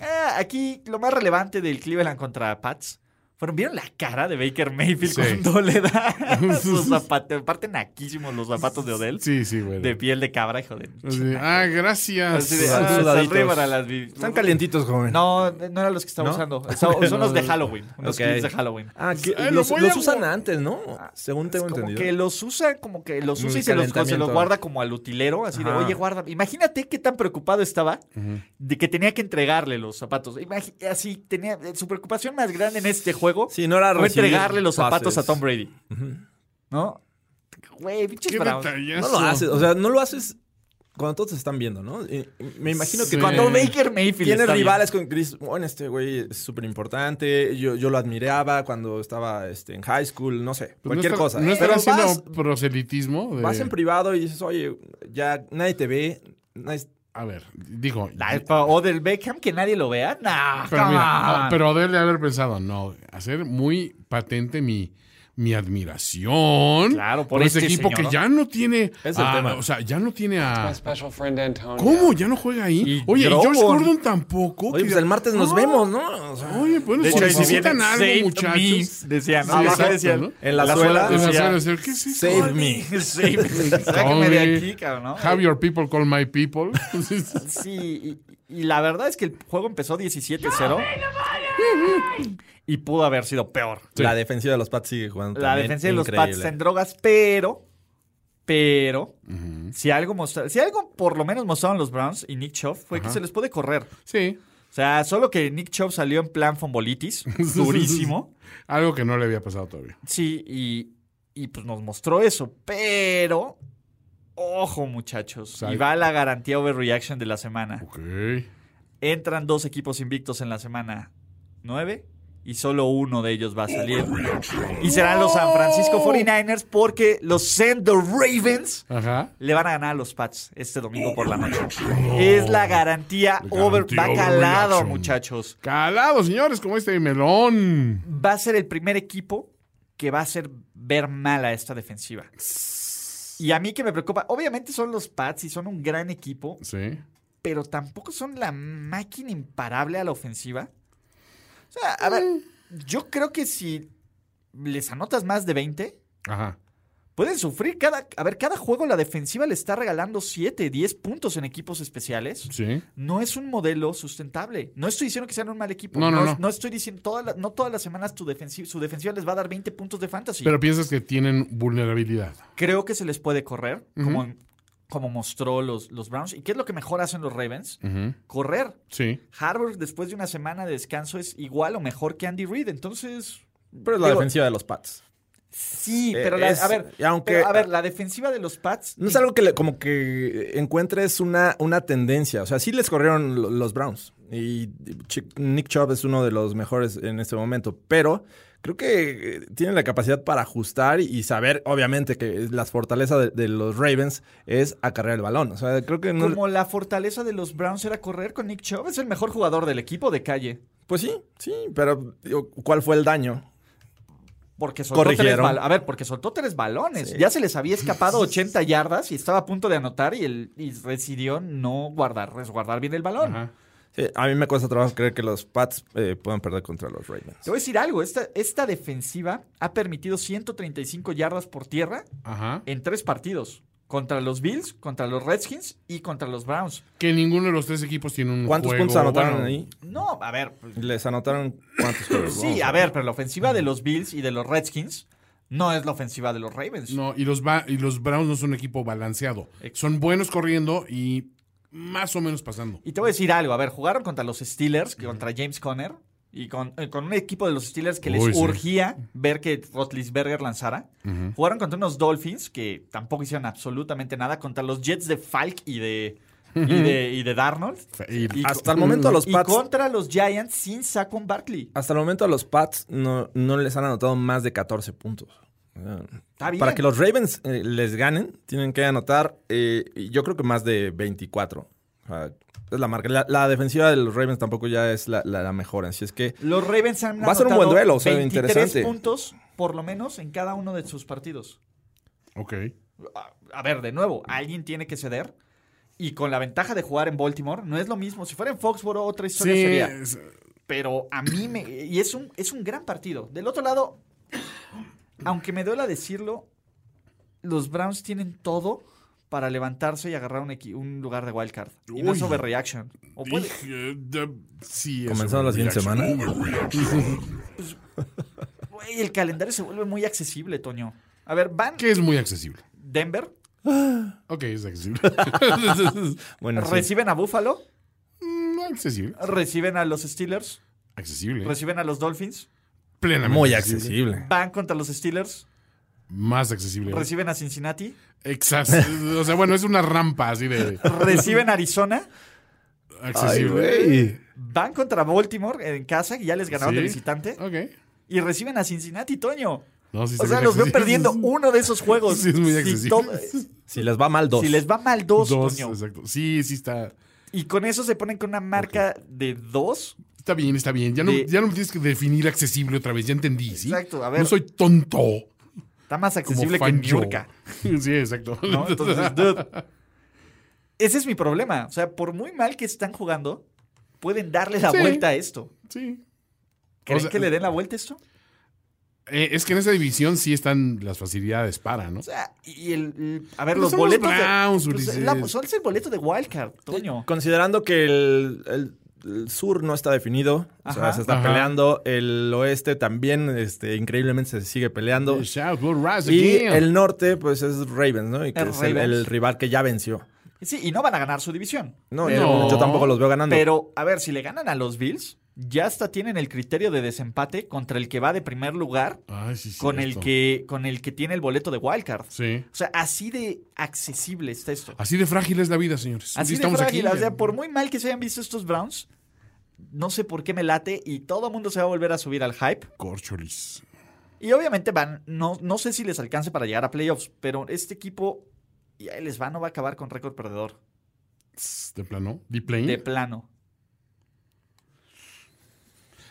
ah, aquí lo más relevante del Cleveland contra Pats fueron, ¿vieron la cara de Baker Mayfield Sí. cuando [laughs] le [laughs] da sus zapatos? Aparte, naquísimos los zapatos de Odell. Sí, sí, güey. De piel de cabra, hijo de... Así de, ah, gracias. Así de, Están ah, sudaditos. arriba a las vi- Están calientitos, joven. No, no eran los que estaba ¿No? usando. Son, [laughs] son los de Halloween. Unos Ok. kits de Halloween. Ah, que- Ay, lo los, voy los a- usan antes, ¿no? Según tengo Ah, Como entendido. que los usa, como que los Muy usa y se los, se los calentamiento. guarda como al utilero, así de, Ajá. oye, guarda. Imagínate qué tan preocupado estaba de que tenía que entregarle los zapatos. Imagi- así, tenía eh, su preocupación más grande en este juego Sí, no era fue recibir entregarle los zapatos pases. a Tom Brady. ¿No? Güey, pinches Qué bravos. detallazo. No lo haces, o sea, no lo haces cuando todos te están viendo, ¿no? Y- y me imagino que Sí. cuando Cuando Baker Mayfield tienes está bien. rivales con Chris, bueno, este güey es súper importante, yo, yo lo admiraba cuando estaba este, en high school, no Pues sé, no cualquier está- cosa. ¿eh? No están Pero haciendo eh. vas, proselitismo. de- vas en privado y dices, oye, ya nadie te ve, nadie- A ver, digo. Nah, pa- O del Beckham que nadie lo vea. Nah, Pero come mira, ah, on. pero debe haber pensado, no, hacer muy patente mi, mi admiración. Claro, por ese este equipo señor, ¿no? que ya no tiene. Es el a- tema. O sea, ya no tiene a. [laughs] special friend Antonio. ¿Cómo? ¿Ya no juega ahí? Y Oye, y George Groban. Gordon tampoco. oye, que- pues el martes nos Ah, vemos, ¿no? O sea, Oye, bueno, De si hecho, ahí sí necesitan viene, algo, "Save muchachos. me", decían, Sí, ¿no? Abajo exacto, decían, ¿no? En la Les suela, hacían decía, hacer, ¿qué es eso? save me. [laughs] Sí, sáquenme de aquí, cabrón. ¿no? Have your people call my people. [laughs] Sí, y, y la verdad es que el juego empezó 17-0. Y pudo haber sido peor. La defensiva de los Pats sigue jugando. La también defensa de los increíble. Pats en drogas, pero. Pero. Si algo mostra- si algo por lo menos mostraron los Browns y Nick Chubb fue que se les puede correr. sí, O sea, solo que Nick Chubb salió en plan [laughs] fombolitis, durísimo. algo que no le había pasado todavía. Sí, y, y, pues nos mostró eso. Pero, ojo, muchachos. sea, y va la garantía overreaction de la semana. Ok. Entran dos equipos invictos en la semana 9 y solo uno de ellos va a salir. Y serán los San Francisco 49ers porque los Send the Ravens Ajá. le van a ganar a los Pats este domingo por la noche. Es la garantía, over Garantía va calado, overreaction. muchachos. Calado, señores, como este melón. Va a ser el primer equipo que va a hacer ver mal a esta defensiva. Y a mí que me preocupa, obviamente son los Pats y son un gran equipo, Sí. pero tampoco son la máquina imparable a la ofensiva. O sea, a ver, yo creo que si les anotas más de 20, Ajá. pueden sufrir cada... A ver, cada juego la defensiva le está regalando 7, 10 puntos en equipos especiales. Sí. No es un modelo sustentable. No estoy diciendo que sean un mal equipo. No, no, no. estoy diciendo, todas las- no todas las semanas tu defensi- su defensiva les va a dar 20 puntos de fantasy. Pero piensas que tienen vulnerabilidad. Creo que se les puede correr, como, como mostró los, los Browns. ¿Y qué es lo que mejor hacen los Ravens? Correr. Sí. Harvard después de una semana de descanso es igual o mejor que Andy Reid. Entonces, Pero es la Digo- defensiva de los Pats. sí, Eh, pero la- es- a ver, y aunque- pero, a ver, la defensiva de los Pats No es algo que le- como que encuentres una, una tendencia. O sea, sí les corrieron lo- los Browns. Y Ch- Nick Chubb es uno de los mejores en este momento. Pero creo que eh, tienen la capacidad para ajustar y saber, obviamente, que las fortalezas de, de los Ravens es acarrear el balón. O sea, creo que no. como la fortaleza de los Browns era correr con Nick Chubb, es el mejor jugador del equipo de calle. Pues sí, sí, pero digo, ¿cuál fue el daño? Porque soltó Corrigieron. tres bal- A ver, porque soltó tres balones. Ya se les había [laughs] escapado 80 yardas y estaba a punto de anotar y, el, y decidió no guardar, resguardar bien el balón. Ajá. Sí, a mí me cuesta trabajo creer que los Pats eh, puedan perder contra los Ravens. Te voy a decir algo, esta, esta defensiva ha permitido 135 yardas por tierra Ajá. en tres partidos. Contra los Bills, contra los Redskins y contra los Browns. Que ninguno de los tres equipos tiene un ¿Cuántos juego, puntos anotaron bueno, ahí? No, a ver, pues, ¿Les anotaron [coughs] cuántos sí, a ver, pero la ofensiva de los Bills y de los Redskins no es la ofensiva de los Ravens. No, y los, ba- y los Browns no son un equipo balanceado. Son buenos corriendo y más o menos pasando. Y te voy a decir algo, a ver, jugaron contra los Steelers, que contra James Conner, y con, eh, con un equipo de los Steelers que les Uy, sí. urgía ver que Rotlisberger lanzara. Jugaron contra unos Dolphins que tampoco hicieron absolutamente nada, contra los Jets de Falk y de, y de, y de Darnold. Y- Ah, Hasta el momento a los y Pats. contra los Giants sin Saquon Barkley. Hasta el momento a los Pats no, no les han anotado más de 14 puntos. Está bien. Para que los Ravens eh, les ganen, tienen que anotar, eh, yo creo que más de 24. Ah, es la marca. La, la defensiva de los Ravens tampoco ya es la, la- la mejor. Así es que Los Ravens han Va a ser un anotado buen duelo, o sea, 23 interesante. puntos por lo menos en cada uno de sus partidos. Ok. a- a ver, de nuevo, alguien tiene que ceder. Y con la ventaja de jugar en Baltimore, no es lo mismo. Si fuera en Foxborough, otra Sí, historia sería. es- Pero a mí me. Y es un, es un gran partido. Del otro lado, aunque me duela decirlo, los Browns tienen todo para levantarse y agarrar un, equi- un lugar de wildcard. Y no es Uy. overreaction. O puede- Dije, de- sí, es comenzando la siguiente semana. overreaction. Güey, el calendario se vuelve muy accesible, Toño. A ver, van Que es muy accesible. Denver, Ok, es [laughs] accesible. Bueno, sí. reciben a Buffalo, Mm, accesible. reciben a los Steelers, Accesible. reciben a los Dolphins, Plenamente muy accesible. van contra los Steelers. Más accesible. Reciben a Cincinnati, Exacto. O sea, bueno, es una rampa así de reciben a Arizona, accesible. van contra Baltimore en casa, que ya les ganaron de Sí. visitante, Ok. y reciben a Cincinnati, Toño. No, sí, o está sea, bien los veo accesible. perdiendo uno de esos juegos. Sí, es muy Si accesible. to- Si les va mal, dos. Si les va mal dos, Dos, Toño. exacto. Sí, sí está. Y con eso se ponen con una marca de dos. Está bien, está bien. Ya no, De- ya no me tienes que definir accesible otra vez. Ya entendí, ¿sí? Exacto, a ver. No soy tonto. Está más Como accesible que fan yo. Niurka. [laughs] Sí, exacto. [laughs] ¿no? Entonces, dude, ese es mi problema. O sea, por muy mal que están jugando, pueden darle la Sí. vuelta a esto. sí. ¿Creen sea, que le den la vuelta a esto? Eh, es que en esa división sí están las facilidades para, ¿no? O sea, y el, el- a ver, Pero Pues los son los boletos Browns, de, pues, Ulises. la- son el boleto de Wildcard, Toño. Considerando que el, el- el sur no está definido, o sea, Ajá. se está Ajá. peleando, el oeste también, este, increíblemente se sigue peleando. Shout, we'll rise Y again. Pues el norte, pues es Ravens, ¿no? Y que Es es el, Ravens. el rival que ya venció. Sí, y no van a ganar su división. No, Pero- yo, yo tampoco los veo ganando. Pero, a ver, si le ganan a los Bills, ya hasta tienen el criterio de desempate contra el que va de primer lugar Ay, sí, sí, con, el esto. que, con el que tiene el boleto de Wildcard. Sí. O sea, así de accesible está esto. Así de frágil es la vida, señores. Así de Estamos frágil. aquí. O sea, por muy mal que se hayan visto estos Browns, no sé por qué me late y todo el mundo se va a volver a subir al hype. Corcholis. Y obviamente van, no, no sé si les alcance para llegar a playoffs, pero este equipo, y ahí les va, no va a acabar con récord perdedor. ¿De plano? ¿De plane? De plano.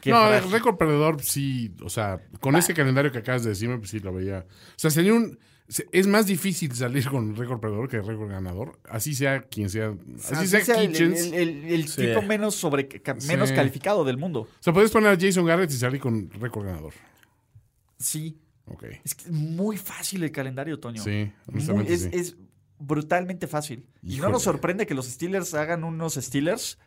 Qué No, frágil. Ah. el récord perdedor sí, o sea, con ese calendario que acabas de decirme, pues sí lo veía. O sea, sería un... se- Es más difícil salir con récord perdedor que récord ganador, así sea quien sea, así, Así sea, sea el, Kitchens. el- el- el Sí. tipo menos, sobre, ca- menos Sí. calificado del mundo. O sea, puedes poner a Jason Garrett y salir con récord ganador. Sí. Ok. Es que es muy fácil el calendario, Toño. Sí, Muy- honestamente es, sí. es brutalmente fácil. Y no Híjole. nos sorprende que los Steelers hagan unos Steelers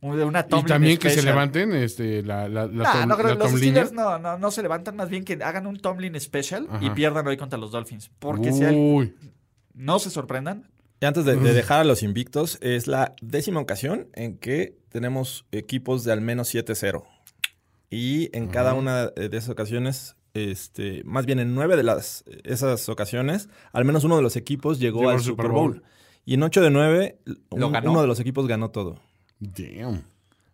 un- de una Y Tomlin también que se special. levanten este, la, la, la, Nah, tom- no creo- la los tomlinia. Steelers no, no, no se levantan, más bien que hagan un Tomlin special y Ajá. Uh. pierdan hoy contra los Dolphins. Porque si al- Uy, no se sorprendan, Y antes de, de dejar a los invictos, es la décima ocasión en que tenemos equipos de al menos 7-0. Y en cada una de esas ocasiones, este, más bien en nueve de las, esas ocasiones, al menos uno de los equipos llegó, Llegó al al Super Super Bowl. Bowl. Y en ocho de nueve, un- ¿Lo ganó? uno de los equipos ganó todo. damn.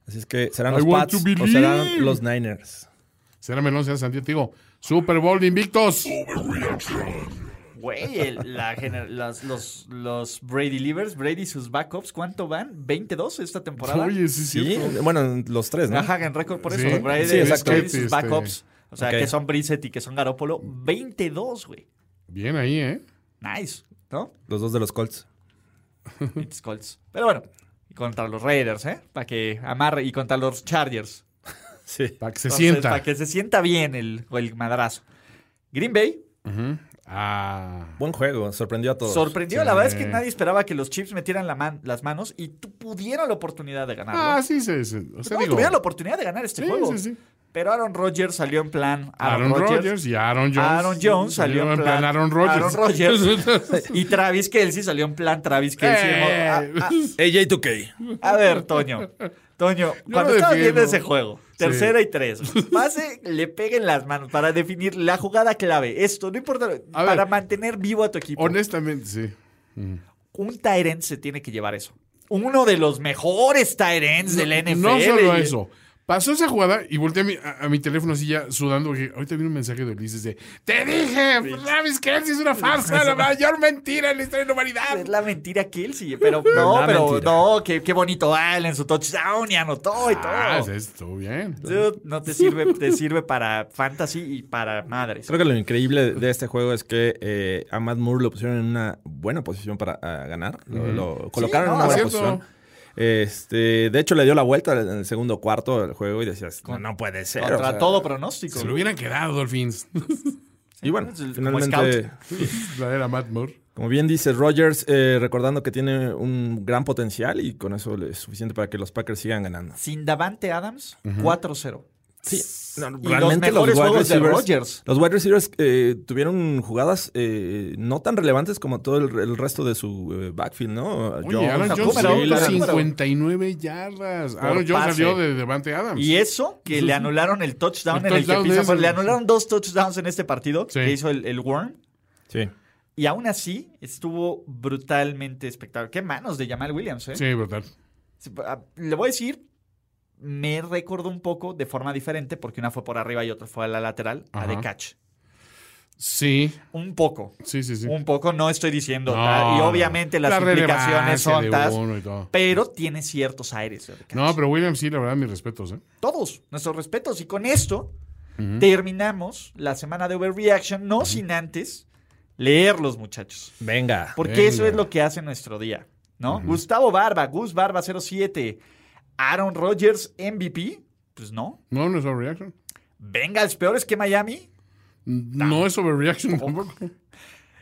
Así es que serán I los want Pats to o believe. serán los Niners. Será Melón, será Santiago. Te digo, Super Bowl de invictos. güey, el- [laughs] la gener- las- los, los Brady Levers, Brady y sus backups, ¿cuánto van? ¿22 esta temporada? Oye, sí, sí. Sí, bueno, los tres, ¿no? Ajá, en récord por eso. Sí, los Brady, sí, los exacto. Brady y sus Este- backups. O sea, Ok. que son Brissett y que son Garópolo. 22, güey. Bien ahí, ¿eh? Nice, ¿no? Los dos de los Colts. It's Colts. Pero bueno, y contra los Raiders, ¿eh? Para que amarre. Y contra los Chargers. Sí. Para que se Entonces, sienta. Para que se sienta bien el, el madrazo. Green Bay Ujú. Ah. Buen juego, sorprendió a todos. sorprendió. La verdad es que nadie esperaba que los Chiefs metieran la man- las manos y tu- tuvieron la oportunidad de ganarlo. Ah, sí, sí, sí. O sea, no, digo. tuvieron la oportunidad de ganar este Sí, juego. sí, sí. Pero Aaron Rodgers salió en plan Aaron Rodgers y Aaron Jones. Aaron Jones salió en plan Aaron Rodgers. [laughs] Aaron Rodgers. y Travis Kelsey salió en plan Travis Kelsey. Eh. [laughs] A, AJ2K. a- a ver, Toño. Toño, cuando lo estabas defiendo. viendo ese juego, tercera y [laughs] tres, pase, le peguen las manos para definir la jugada clave. Esto, no importa, A para ver. mantener vivo a tu equipo. Honestamente, sí. Un Tyrant se tiene que llevar eso. Uno de los mejores Tyrants del NFL. No solo eso. Pasó esa jugada y volteé a mi, a- a mi teléfono así ya sudando. Porque ahorita viene un mensaje de Ulises de: Te dije, pues, Travis Kelsey es una farsa, la mayor mentira en la historia de la humanidad. Es la mentira Kelsey, [laughs] pero no, La pero mentira. no, qué, qué bonito Allen, su touchdown y anotó y todo. Ah, sí, estuvo bien. Dude, no te sirve, te sirve para fantasy y para madres. Creo que lo increíble de este juego es que eh, a Matt Moore lo pusieron en una buena posición para ah, ganar. Lo, lo colocaron no, en una buena cierto. posición. Este, de hecho, le dio la vuelta en el segundo cuarto del juego y decías, no, no puede ser. Contra o sea, todo pronóstico. Se lo hubieran quedado, [laughs] Dolphins. Y bueno, Como finalmente, scout. la era Matt Moore. como bien dice Rogers, eh, recordando que tiene un gran potencial y con eso es suficiente para que los Packers sigan ganando. Sin Davante Adams, 4-0. Sí, no, Y los mejores wide juegos de receivers- Rodgers. Los wide receivers eh, tuvieron jugadas eh, no tan relevantes como todo el, el resto de su eh, backfield, ¿no? Oye, Aaron Jones Jones, Acúmalo, salió acúmalo. 59 yardas. Aaron Jones pase. salió de Devante Adams. Y eso que le anularon el touchdown El en el touchdown que pisa. es- por- Le anularon dos touchdowns en este partido Sí. que hizo el, el Worm. Sí. Y aún así estuvo brutalmente espectacular. Qué manos de Jamal Williams, ¿eh? Sí, verdad. Sí, ah, Le voy a decir, me recordó un poco de forma diferente porque una fue por arriba y otra fue a la lateral, a Ajá. de catch. Sí, Un poco. sí, sí, sí. Un poco, no estoy diciendo. No, tal, y no. obviamente las La implicaciones relevancia son de tas, uno y todo. pero tiene ciertos aires. de catch. No, pero Williams sí, la verdad, mis respetos, ¿eh? Todos, nuestros respetos. Y con esto terminamos la semana de Overreaction, no sin antes leerlos, muchachos. Venga. Porque Venga. eso es lo que hace nuestro día, ¿no? Gustavo Barba, Gus Barba 07, Aaron Rodgers MVP, pues no. No, no es overreaction. Bengals peores que Miami. No es overreaction tampoco.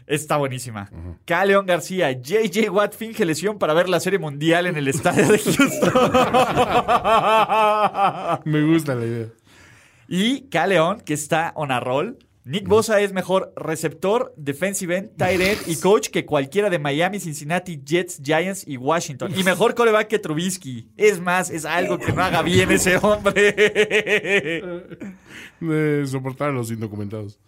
Está buenísima. Caleon García, JJ Watt finge lesión para ver la serie mundial en el estadio de [laughs] Houston. [laughs] Me gusta la idea. y Caleon, que está on a roll. Nick Mm. Bosa es mejor receptor, defensive end, tight end y coach que cualquiera de Miami, Cincinnati, Jets, Giants y Washington. Y mejor coreback que Trubisky. Es más, es algo que no haga bien ese hombre. [laughs] De soportar a los indocumentados.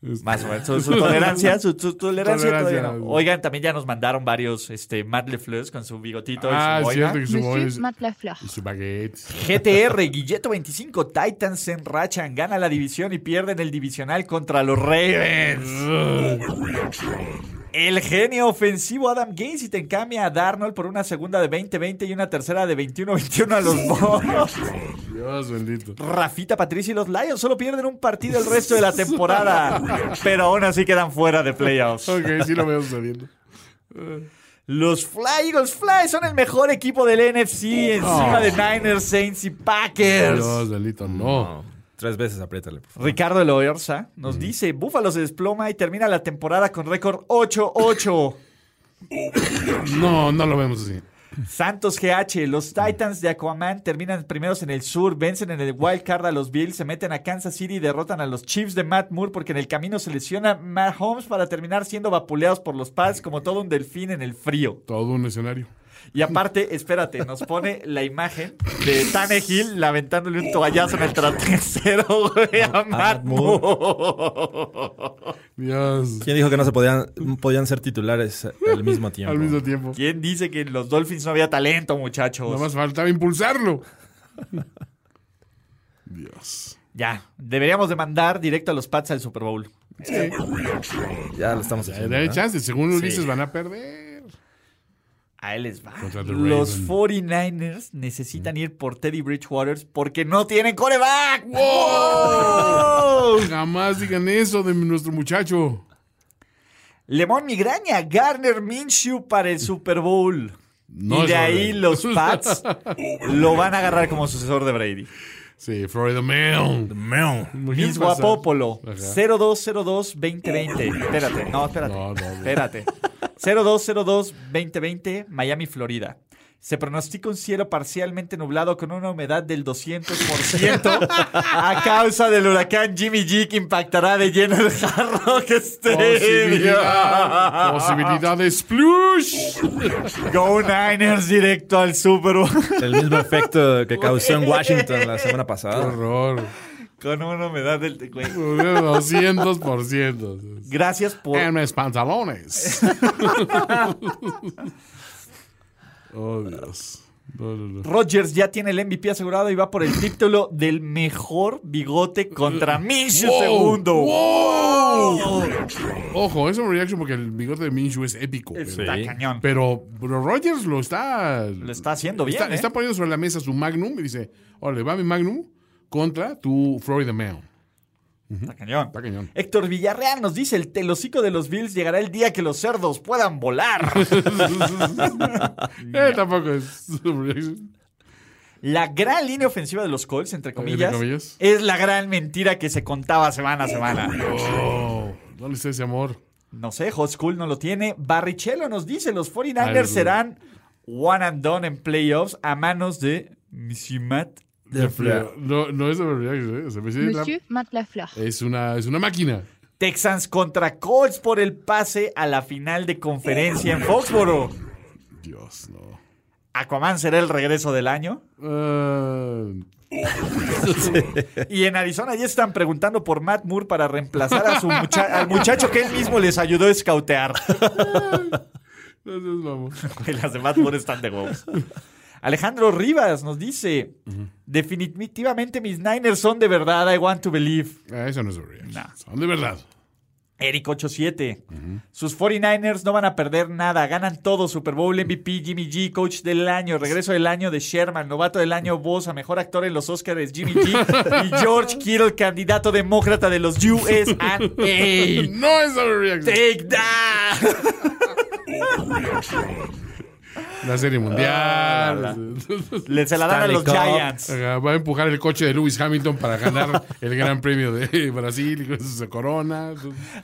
Este, Más o menos. Su, su tolerancia, su, su tolerancia, Tolerancia. todavía no. Oigan, también ya nos mandaron varios este, Matt Lefleurs con su bigotito Ah, y su boina. cierto que su Monsieur boina Matt Lafleur. es- Y su baguette. [laughs] GTR, Guilleto 25, Titans se enrachan, gana la división y pierden el divisional contra los Ravens. El genio ofensivo Adam Gainsit cambia a Darnold por una segunda de 20-20 y una tercera de 21-21 a los Bonos. Dios bendito. Rafita Patricia y los Lions solo pierden un partido el resto de la temporada, pero aún así quedan fuera de playoffs. Ok, sí lo veo sucediendo. Los Fly Eagles Fly son el mejor equipo del NFC encima de Niners, Saints y Packers. Dios bendito, no. No, tres veces apriétale. por favor. Ricardo Loerza nos dice, Búfalo se desploma y termina la temporada con récord 8-8. No, no lo vemos así. Santos GH, los Mm. Titans de Aquaman terminan primeros en el sur, vencen en el wild card a los Bills, se meten a Kansas City y derrotan a los Chiefs de Matt Moore porque en el camino se lesiona Matt Holmes para terminar siendo vapuleados por los Pats como todo un delfín en el frío. Todo un escenario. Y aparte, espérate, nos pone la imagen de Tane Hill lamentándole un toallazo en el [laughs] trasero, güey, a Ah, Matt Moore. Dios. ¿Quién dijo que no se podían, podían ser titulares [laughs] al mismo tiempo? Al mismo tiempo. ¿Quién dice que en los Dolphins no había talento, muchachos? Nada más faltaba impulsarlo. [laughs] Dios. Ya, deberíamos de mandar directo a los Pats al Super Bowl. Ah, Ya lo estamos haciendo. Dale ¿no? chance. Según Ulises van a perder. A él les va. Contra the Los Ravens. 49ers necesitan ir por Teddy Bridgewater porque no tienen [laughs] coreback. Jamás digan eso de nuestro muchacho. Lemón Migraña, Garner Minshew para el Super Bowl. No y de es ahí Brady. los [laughs] Pats lo van a agarrar como sucesor de Brady. Sí, Florida Mail. Miss Guapopolo, 0202-2020. Espérate, no, espérate. No, no, no. [laughs] Espérate. 0202-2020, Miami, Florida. Se pronostica un cielo parcialmente nublado con una humedad del [laughs] 200% a causa del huracán Jimmy G que impactará de lleno el Hard Rock Posibilidad. Stadium. Posibilidades. Splush. Go Niners directo al Super Bowl. [laughs] El mismo efecto [laughs] que causó en Washington la semana pasada. Horror. Con una humedad del... güey. 200%. Gracias por... En mis pantalones. oh, Dios. No, no, no. Rodgers ya tiene el MVP asegurado y va por el título del mejor bigote contra Minshew Wow, segundo. wow. Ojo, es un reaction porque el bigote de Minshew es épico. Está Sí. cañón. Pero, pero Rogers lo está. Lo está haciendo bien. está, ¿eh? está poniendo sobre la mesa su Magnum y dice: Órale, va mi Magnum contra tu Florida Mail. ¿eh? Está cañón. Está cañón. Héctor Villarreal nos dice: el telocico de los Bills llegará el día que los cerdos puedan volar. Eh, tampoco es. la gran línea ofensiva de los Colts, entre comillas, comillas. es la gran mentira que se contaba semana a semana. Oh, ¿Dónde está ese amor? No sé, Hot School no lo tiene. Barrichello nos dice: los 49ers Algo. serán one and done en playoffs a manos de Monsieur Matt No, no es overreaction, eh. Se me sigue la- Monsieur Matt Lafleur. es, una, es una máquina. Texans contra Colts por el pase a la final de conferencia en Foxboro. Dios, no. Aquaman será el regreso del año. Ah, Y en Arizona ya están preguntando por Matt Moore para reemplazar a su mucha- al muchacho que él mismo les ayudó a escautear. [laughs] no seas mamón. Güey, Las de Matt Moore están de huevos. Alejandro Rivas nos dice: Definitivamente mis Niners son de verdad. I want to believe. Ah, eso no es overreaction. Nah. Son de verdad. Eric 87. Sus 49ers no van a perder nada. Ganan todo. Super Bowl, MVP, Jimmy G, coach del año, regreso del año de Sherman, novato del año, Bosa, mejor actor en los Oscars, Jimmy G. y George Kittle, candidato demócrata de los USA. No es overreaction. Take that. La serie mundial. Le se Ah, la dan a Stanley los Cup. Giants. Ajá, Va a empujar el coche de Lewis Hamilton para [laughs] ganar el Gran Premio de Brasil y con su corona.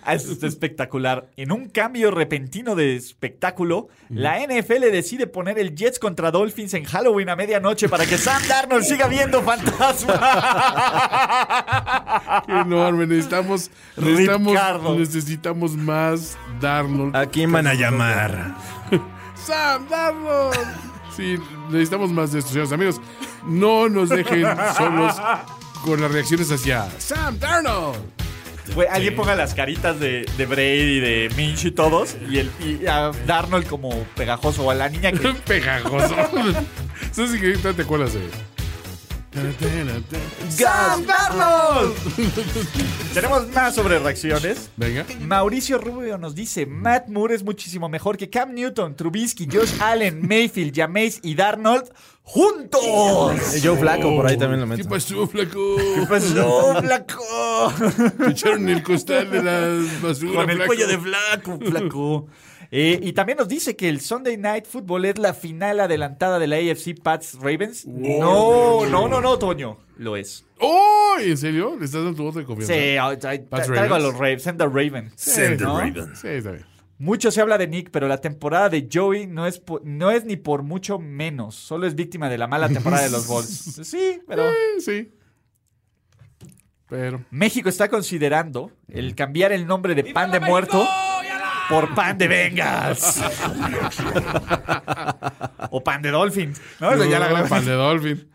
Ah, Eso está espectacular. En un cambio repentino de espectáculo, la NFL decide poner el Jets contra Dolphins en Halloween a medianoche para que Sam Darnold siga viendo fantasmas. Qué enorme. Necesitamos, necesitamos, Ricardo. necesitamos más Darnold. ¿A quién van a llamar? ¡Sam, Darnold! Sí, necesitamos más de estos señores amigos. No nos dejen solos con las reacciones hacia Sam Darnold. Güey, alguien ponga las caritas de, de Brady, de Minch y todos. Y, el, y a Darnold como pegajoso. O a la niña que. [laughs] Pegajoso. Eso sí que te acuerdas de. ¡Sam Darnold! [laughs] Tenemos más sobre reacciones. Venga. Mauricio Rubio nos dice: Matt Moore es muchísimo mejor que Cam Newton, Trubisky, Josh Allen, [laughs] Mayfield, Jameis y Darnold juntos. Joe Flaco por ahí también lo ¿Qué meto. pasó, pues, flaco? [laughs] Pues [laughs] no, flaco. Te echaron el costal de la basura. Con el flaco. cuello de flaco, flaco. Eh, y también nos dice que el Sunday Night Football es la final adelantada de la AFC Pats Ravens. no, no, no, no, Toño. Lo es. ¡Oh! ¿En serio? ¿Le estás dando tu voto de confianza? Sí, ah, tra- tra- Pats traigo a Ravens. los Ravens. Send the Ravens. Send the ¿no? Sí, está bien. Mucho se habla de Nick, pero la temporada de Joey no es, po- no es ni por mucho menos. Solo es víctima de la mala temporada de los Bulls. Sí, pero... Eh, sí. Pero. México está considerando el cambiar el nombre de pan de muerto por pan de vengas. o pan de dolphin. ¿no? O sea, ya la gran- Pan de Dolphin.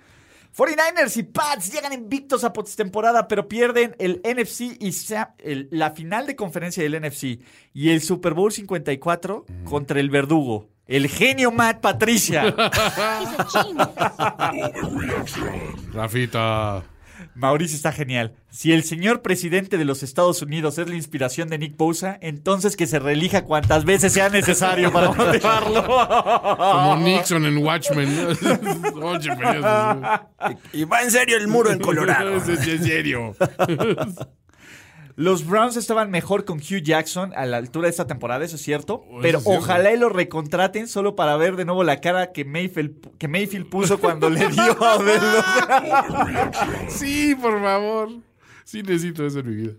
49ers y Pats llegan invictos a postemporada, pero pierden el NFC y sa- el- la final de conferencia del NFC y el Super Bowl 54 contra el verdugo, el genio Matt Patricia. Rafita. Mauricio está genial. Si el señor presidente de los Estados Unidos es la inspiración de Nick Bosa, entonces que se reelija cuantas veces sea necesario para motivarlo. Como Nixon en Watchmen. [laughs] ¿no? Oye, pero Y va en serio el muro en eso [laughs] sí- sí, en serio. Los Browns estaban mejor con Hugh Jackson a la altura de esta temporada, eso es cierto. Eso Pero es cierto. ojalá y lo recontraten solo para ver de nuevo la cara que Mayfield, que Mayfield puso cuando le dio a Odell. Sí, por favor. Sí necesito eso en mi vida.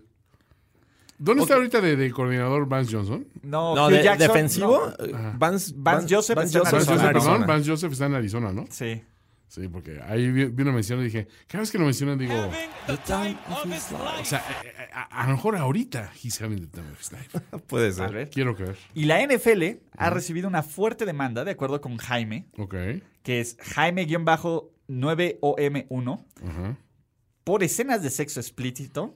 ¿Dónde está ahorita de, de coordinador Vance Johnson? No, No, Hugh de- Jackson, defensivo. no. eh, Vance, Vance Joseph está en Vance Arizona. Joseph, perdón. Arizona. Vance Joseph está en Arizona, ¿no? Sí. Sí, porque ahí vi, vi una mención y dije, cada vez que lo mencionan digo, o sea, eh, eh, a, a lo mejor ahorita he's having the time of his life. Puede A ser. ver. Quiero creer. Y la NFL ha recibido una fuerte demanda, de acuerdo con Jaime, Ok. que es Jaime-9OM1, por escenas de sexo explícito,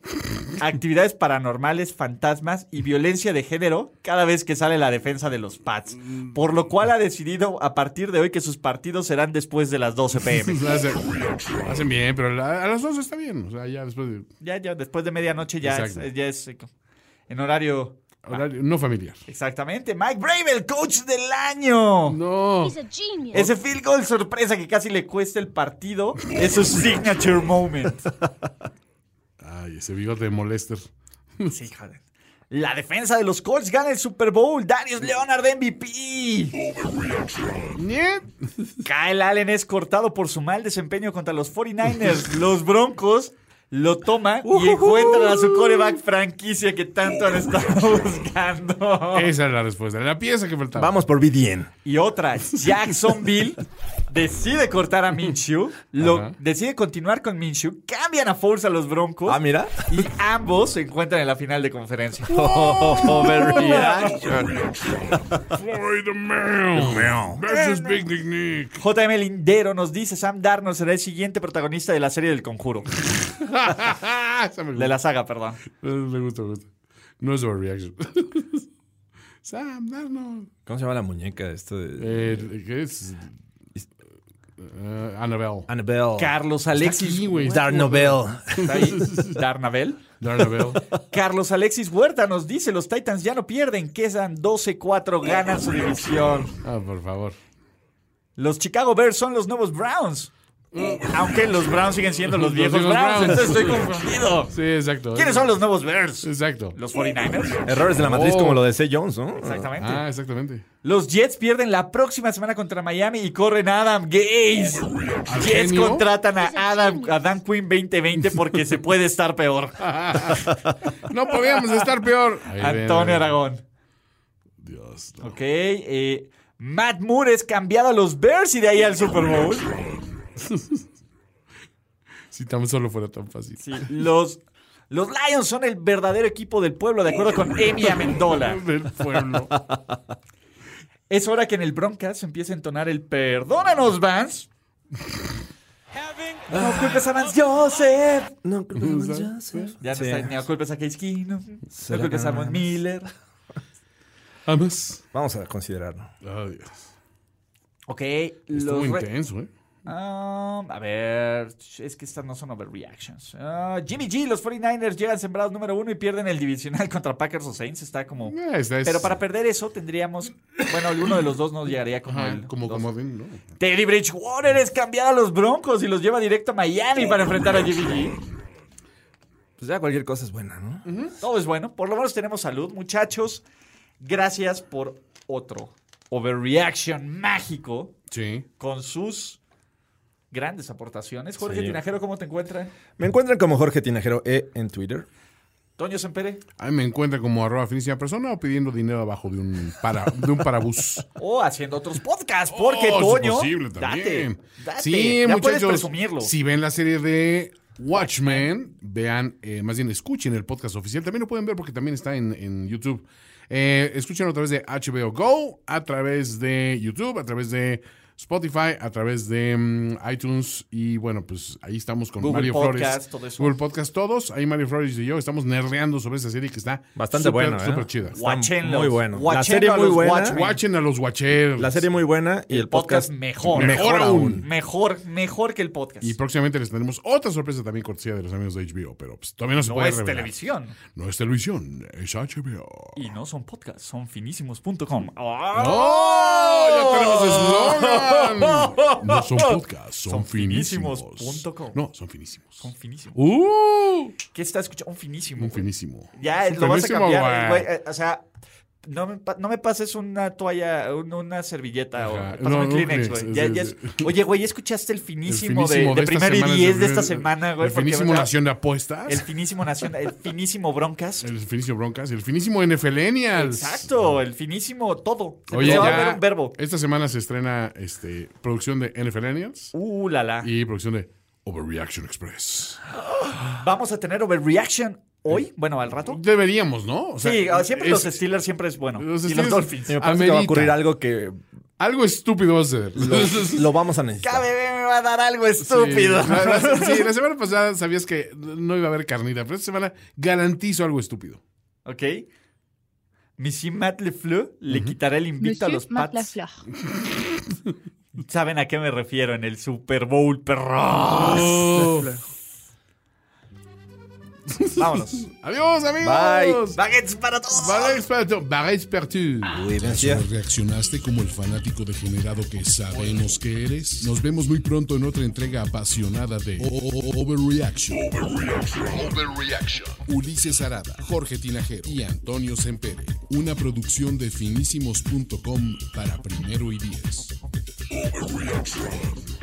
actividades paranormales, fantasmas y violencia de género cada vez que sale la defensa de los Pats. Por lo cual ha decidido a partir de hoy que sus partidos serán después de las 12 [laughs] pm. Lo hacen, lo hacen bien, pero la- a las dos está bien. O sea, ya después de Ya, ya, después de medianoche ya es, Exacto. ya es eh, en horario. horario no familiar. Exactamente. Mike Brave, el coach del año. No. Ese field goal sorpresa que casi le cuesta el partido es su signature moment. Ay, ese bigote de molester. Sí, joder. La defensa de los Colts gana el Super Bowl. Darius Leonard MVP. Niet. Kyle Allen es cortado por su mal desempeño contra los 49ers. Los Broncos lo toman y encuentran a su coreback franquicia que tanto han estado [laughs] buscando. Esa es la respuesta. La pieza que faltaba. Vamos por BDN. Y [laughs] otra, Jacksonville decide cortar a Minshew, lo, Ajá. decide continuar con Minshew, cambian a Force a los Broncos. Ah, mira. Y ambos se encuentran en la final [laughs] de conferencia. Oh, [laughs] Floyd the Mail. Versus Big Dick [laughs] Nick. [laughs] JM Lindero nos dice, Sam Darnold será el siguiente protagonista de la serie del conjuro. Esa me De gusta. Eh, la saga, perdón. Me gusta, me gusta. No es overreaction. [laughs] Sam, Darnold. ¿Cómo se llama la muñeca? Esto de... Eh, ¿Qué es? Eh, Annabelle. Annabelle. Carlos aquí, Alexis güey. Darnabelle. [laughs] ¿Está ahí? Darnabel. Annabelle. Carlos Alexis Huerta nos dice, los Titans ya no pierden, quedan 12-4, ganan su división. Ah, por favor. Los Chicago Bears son los nuevos Browns. Eh, Aunque los Browns siguen siendo los Los viejos viejos Browns, Browns. entonces [laughs] estoy confundido. Sí, exacto. ¿Quiénes son los nuevos Bears? Exacto. Los 49ers. Errores de la matriz Oh. como lo de C. Jones, ¿no? Exactamente. Ah, exactamente. Los Jets pierden la próxima semana contra Miami y corren a Adam Gaze. Jets genio? contratan a Adam, a Dan Quinn 2020 porque se puede estar peor. No podíamos estar peor. Ahí ven, ahí ven. Antonio Aragón. Dios. no. Ok. eh, Matt Moore es cambiado a los Bears y de ahí al Super Bowl. Si tan solo fuera tan fácil. Sí, los, los Lions son el verdadero equipo del pueblo, de acuerdo con Emi Amendola. Del pueblo. Es hora que en el Broncas empiece a entonar el Perdónanos, Vance. having No culpes a Vance Joseph. No, Joseph. Ya no Sí. está- no culpes a Case Keenum. No ¿Será culpes que a no Von mames? Miller. Además. Vamos a considerarlo. Ay, Ok. Ah, estuvo los re- intenso, ¿eh? Um, a ver, es que estas no son overreactions. Ah, Jimmy G, los 49ers llegan sembrados número uno y pierden el divisional [laughs] contra Packers o Saints. Está como... Eh, esta es- Pero para perder eso tendríamos... Bueno, uno de los dos nos llegaría como Ajá, el... como dos. comodín, ¿no? Teddy Bridgewater es cambiado a los Broncos y los lleva directo a Miami para enfrentar a Jimmy G. Pues ya cualquier cosa es buena, ¿no? Todo es bueno. Por lo menos tenemos salud, muchachos. Gracias por otro overreaction mágico Sí. con sus grandes aportaciones. Jorge Sí. Tinajero, ¿cómo te encuentras? Me encuentran como Jorge Tinajero E en Twitter. Toño Sempere. Ahí me encuentra como arroba finísima persona o pidiendo dinero abajo de un, para, de un parabús. O haciendo otros podcasts, porque Oh, si Toño. es posible también. Date, date. Sí, ya puedes muchachos. presumirlo. Si ven la serie de Watchmen, vean, eh, más bien escuchen el podcast oficial. También lo pueden ver porque también está en, en YouTube. Eh, escuchen a través de HBO Go, a través de YouTube, a través de Spotify, a través de mm, iTunes. Y bueno, pues ahí estamos con Google Mario Flores. Podcast, todo eso. Google Podcast, todos. Ahí Mario Flores y yo estamos nerdeando sobre esa serie que está Bastante súper, buena, ¿eh? súper chida. Guáchenlos. Muy bueno. La Guáchenlo serie a muy los buena. Watchmen. Watchen a los Watchers. La serie muy buena y el, El podcast mejor. Mejor aún. Mejor, mejor que el podcast. Y próximamente les tendremos otra sorpresa también cortesía de los amigos de HBO, pero pues, todavía no se no puede es revelar. televisión. ¡Oh! No es televisión, es HBO. Y no son podcasts, son finísimos.com. ¡Oh! ¡Ya [laughs] tenemos eslogan! No son podcasts, son, Son finísimos. finísimos punto com. No, son finísimos. Un finísimo. ¡Uh! ¿Qué está escuchando? Un finísimo. Un güey. finísimo. Ya, Es un lo vas a finísimo, cambiar, güey. güey. Eh, O sea, no me, pa- no me pases una toalla, un- una servilleta o Ajá. pásame No, un no, Kleenex, Kleenex, güey. sí, Ya- sí, ya sí. es- Oye, güey, ¿ya escuchaste el El finísimo, de- finísimo de, esta primero y semana es diez de el- esta semana, güey? El porque, finísimo o sea, Nación de Apuestas. El El, finísimo nacional, el finísimo broncas. [laughs] finísimo Broncas. El finísimo NFLenials. Exacto, el finísimo todo. Se Oye, empezó a ya, ver un verbo. Esta semana se estrena este, producción de NFLenials Uh, la la. y producción de Overreaction Express. Vamos a tener overreaction hoy, bueno, al rato. Deberíamos, ¿no? O sea, Sí, ah, siempre los es- Steelers siempre es bueno. los y Steelers- los Dolphins. Y me parece que va a Amerita. ocurrir algo que Algo estúpido va a ser. lo, lo vamos a necesitar. Cada bebé me va a dar algo estúpido. Sí, la, la- sí, la semana pasada sabías que no iba a haber carnita, pero esta semana garantizo algo estúpido. ¿Ok? Missy Matt LeFleur le quitará el invicto a los Pats. ¿Saben a qué me refiero en el Super Bowl, perros? [laughs] Vámonos. Adiós, Bye. amigos. Baguettes para todos. Baguettes partout. Baguettes partout. ¿Acaso reaccionaste como el fanático degenerado que sabemos que eres? Nos vemos muy pronto en otra entrega apasionada de O- O- O- Overreaction. Overreaction. Overreaction. Ulises Arada, Jorge Tinajero y Antonio Sempere. Una producción de finísimos.com para primero y diez. Overreaction.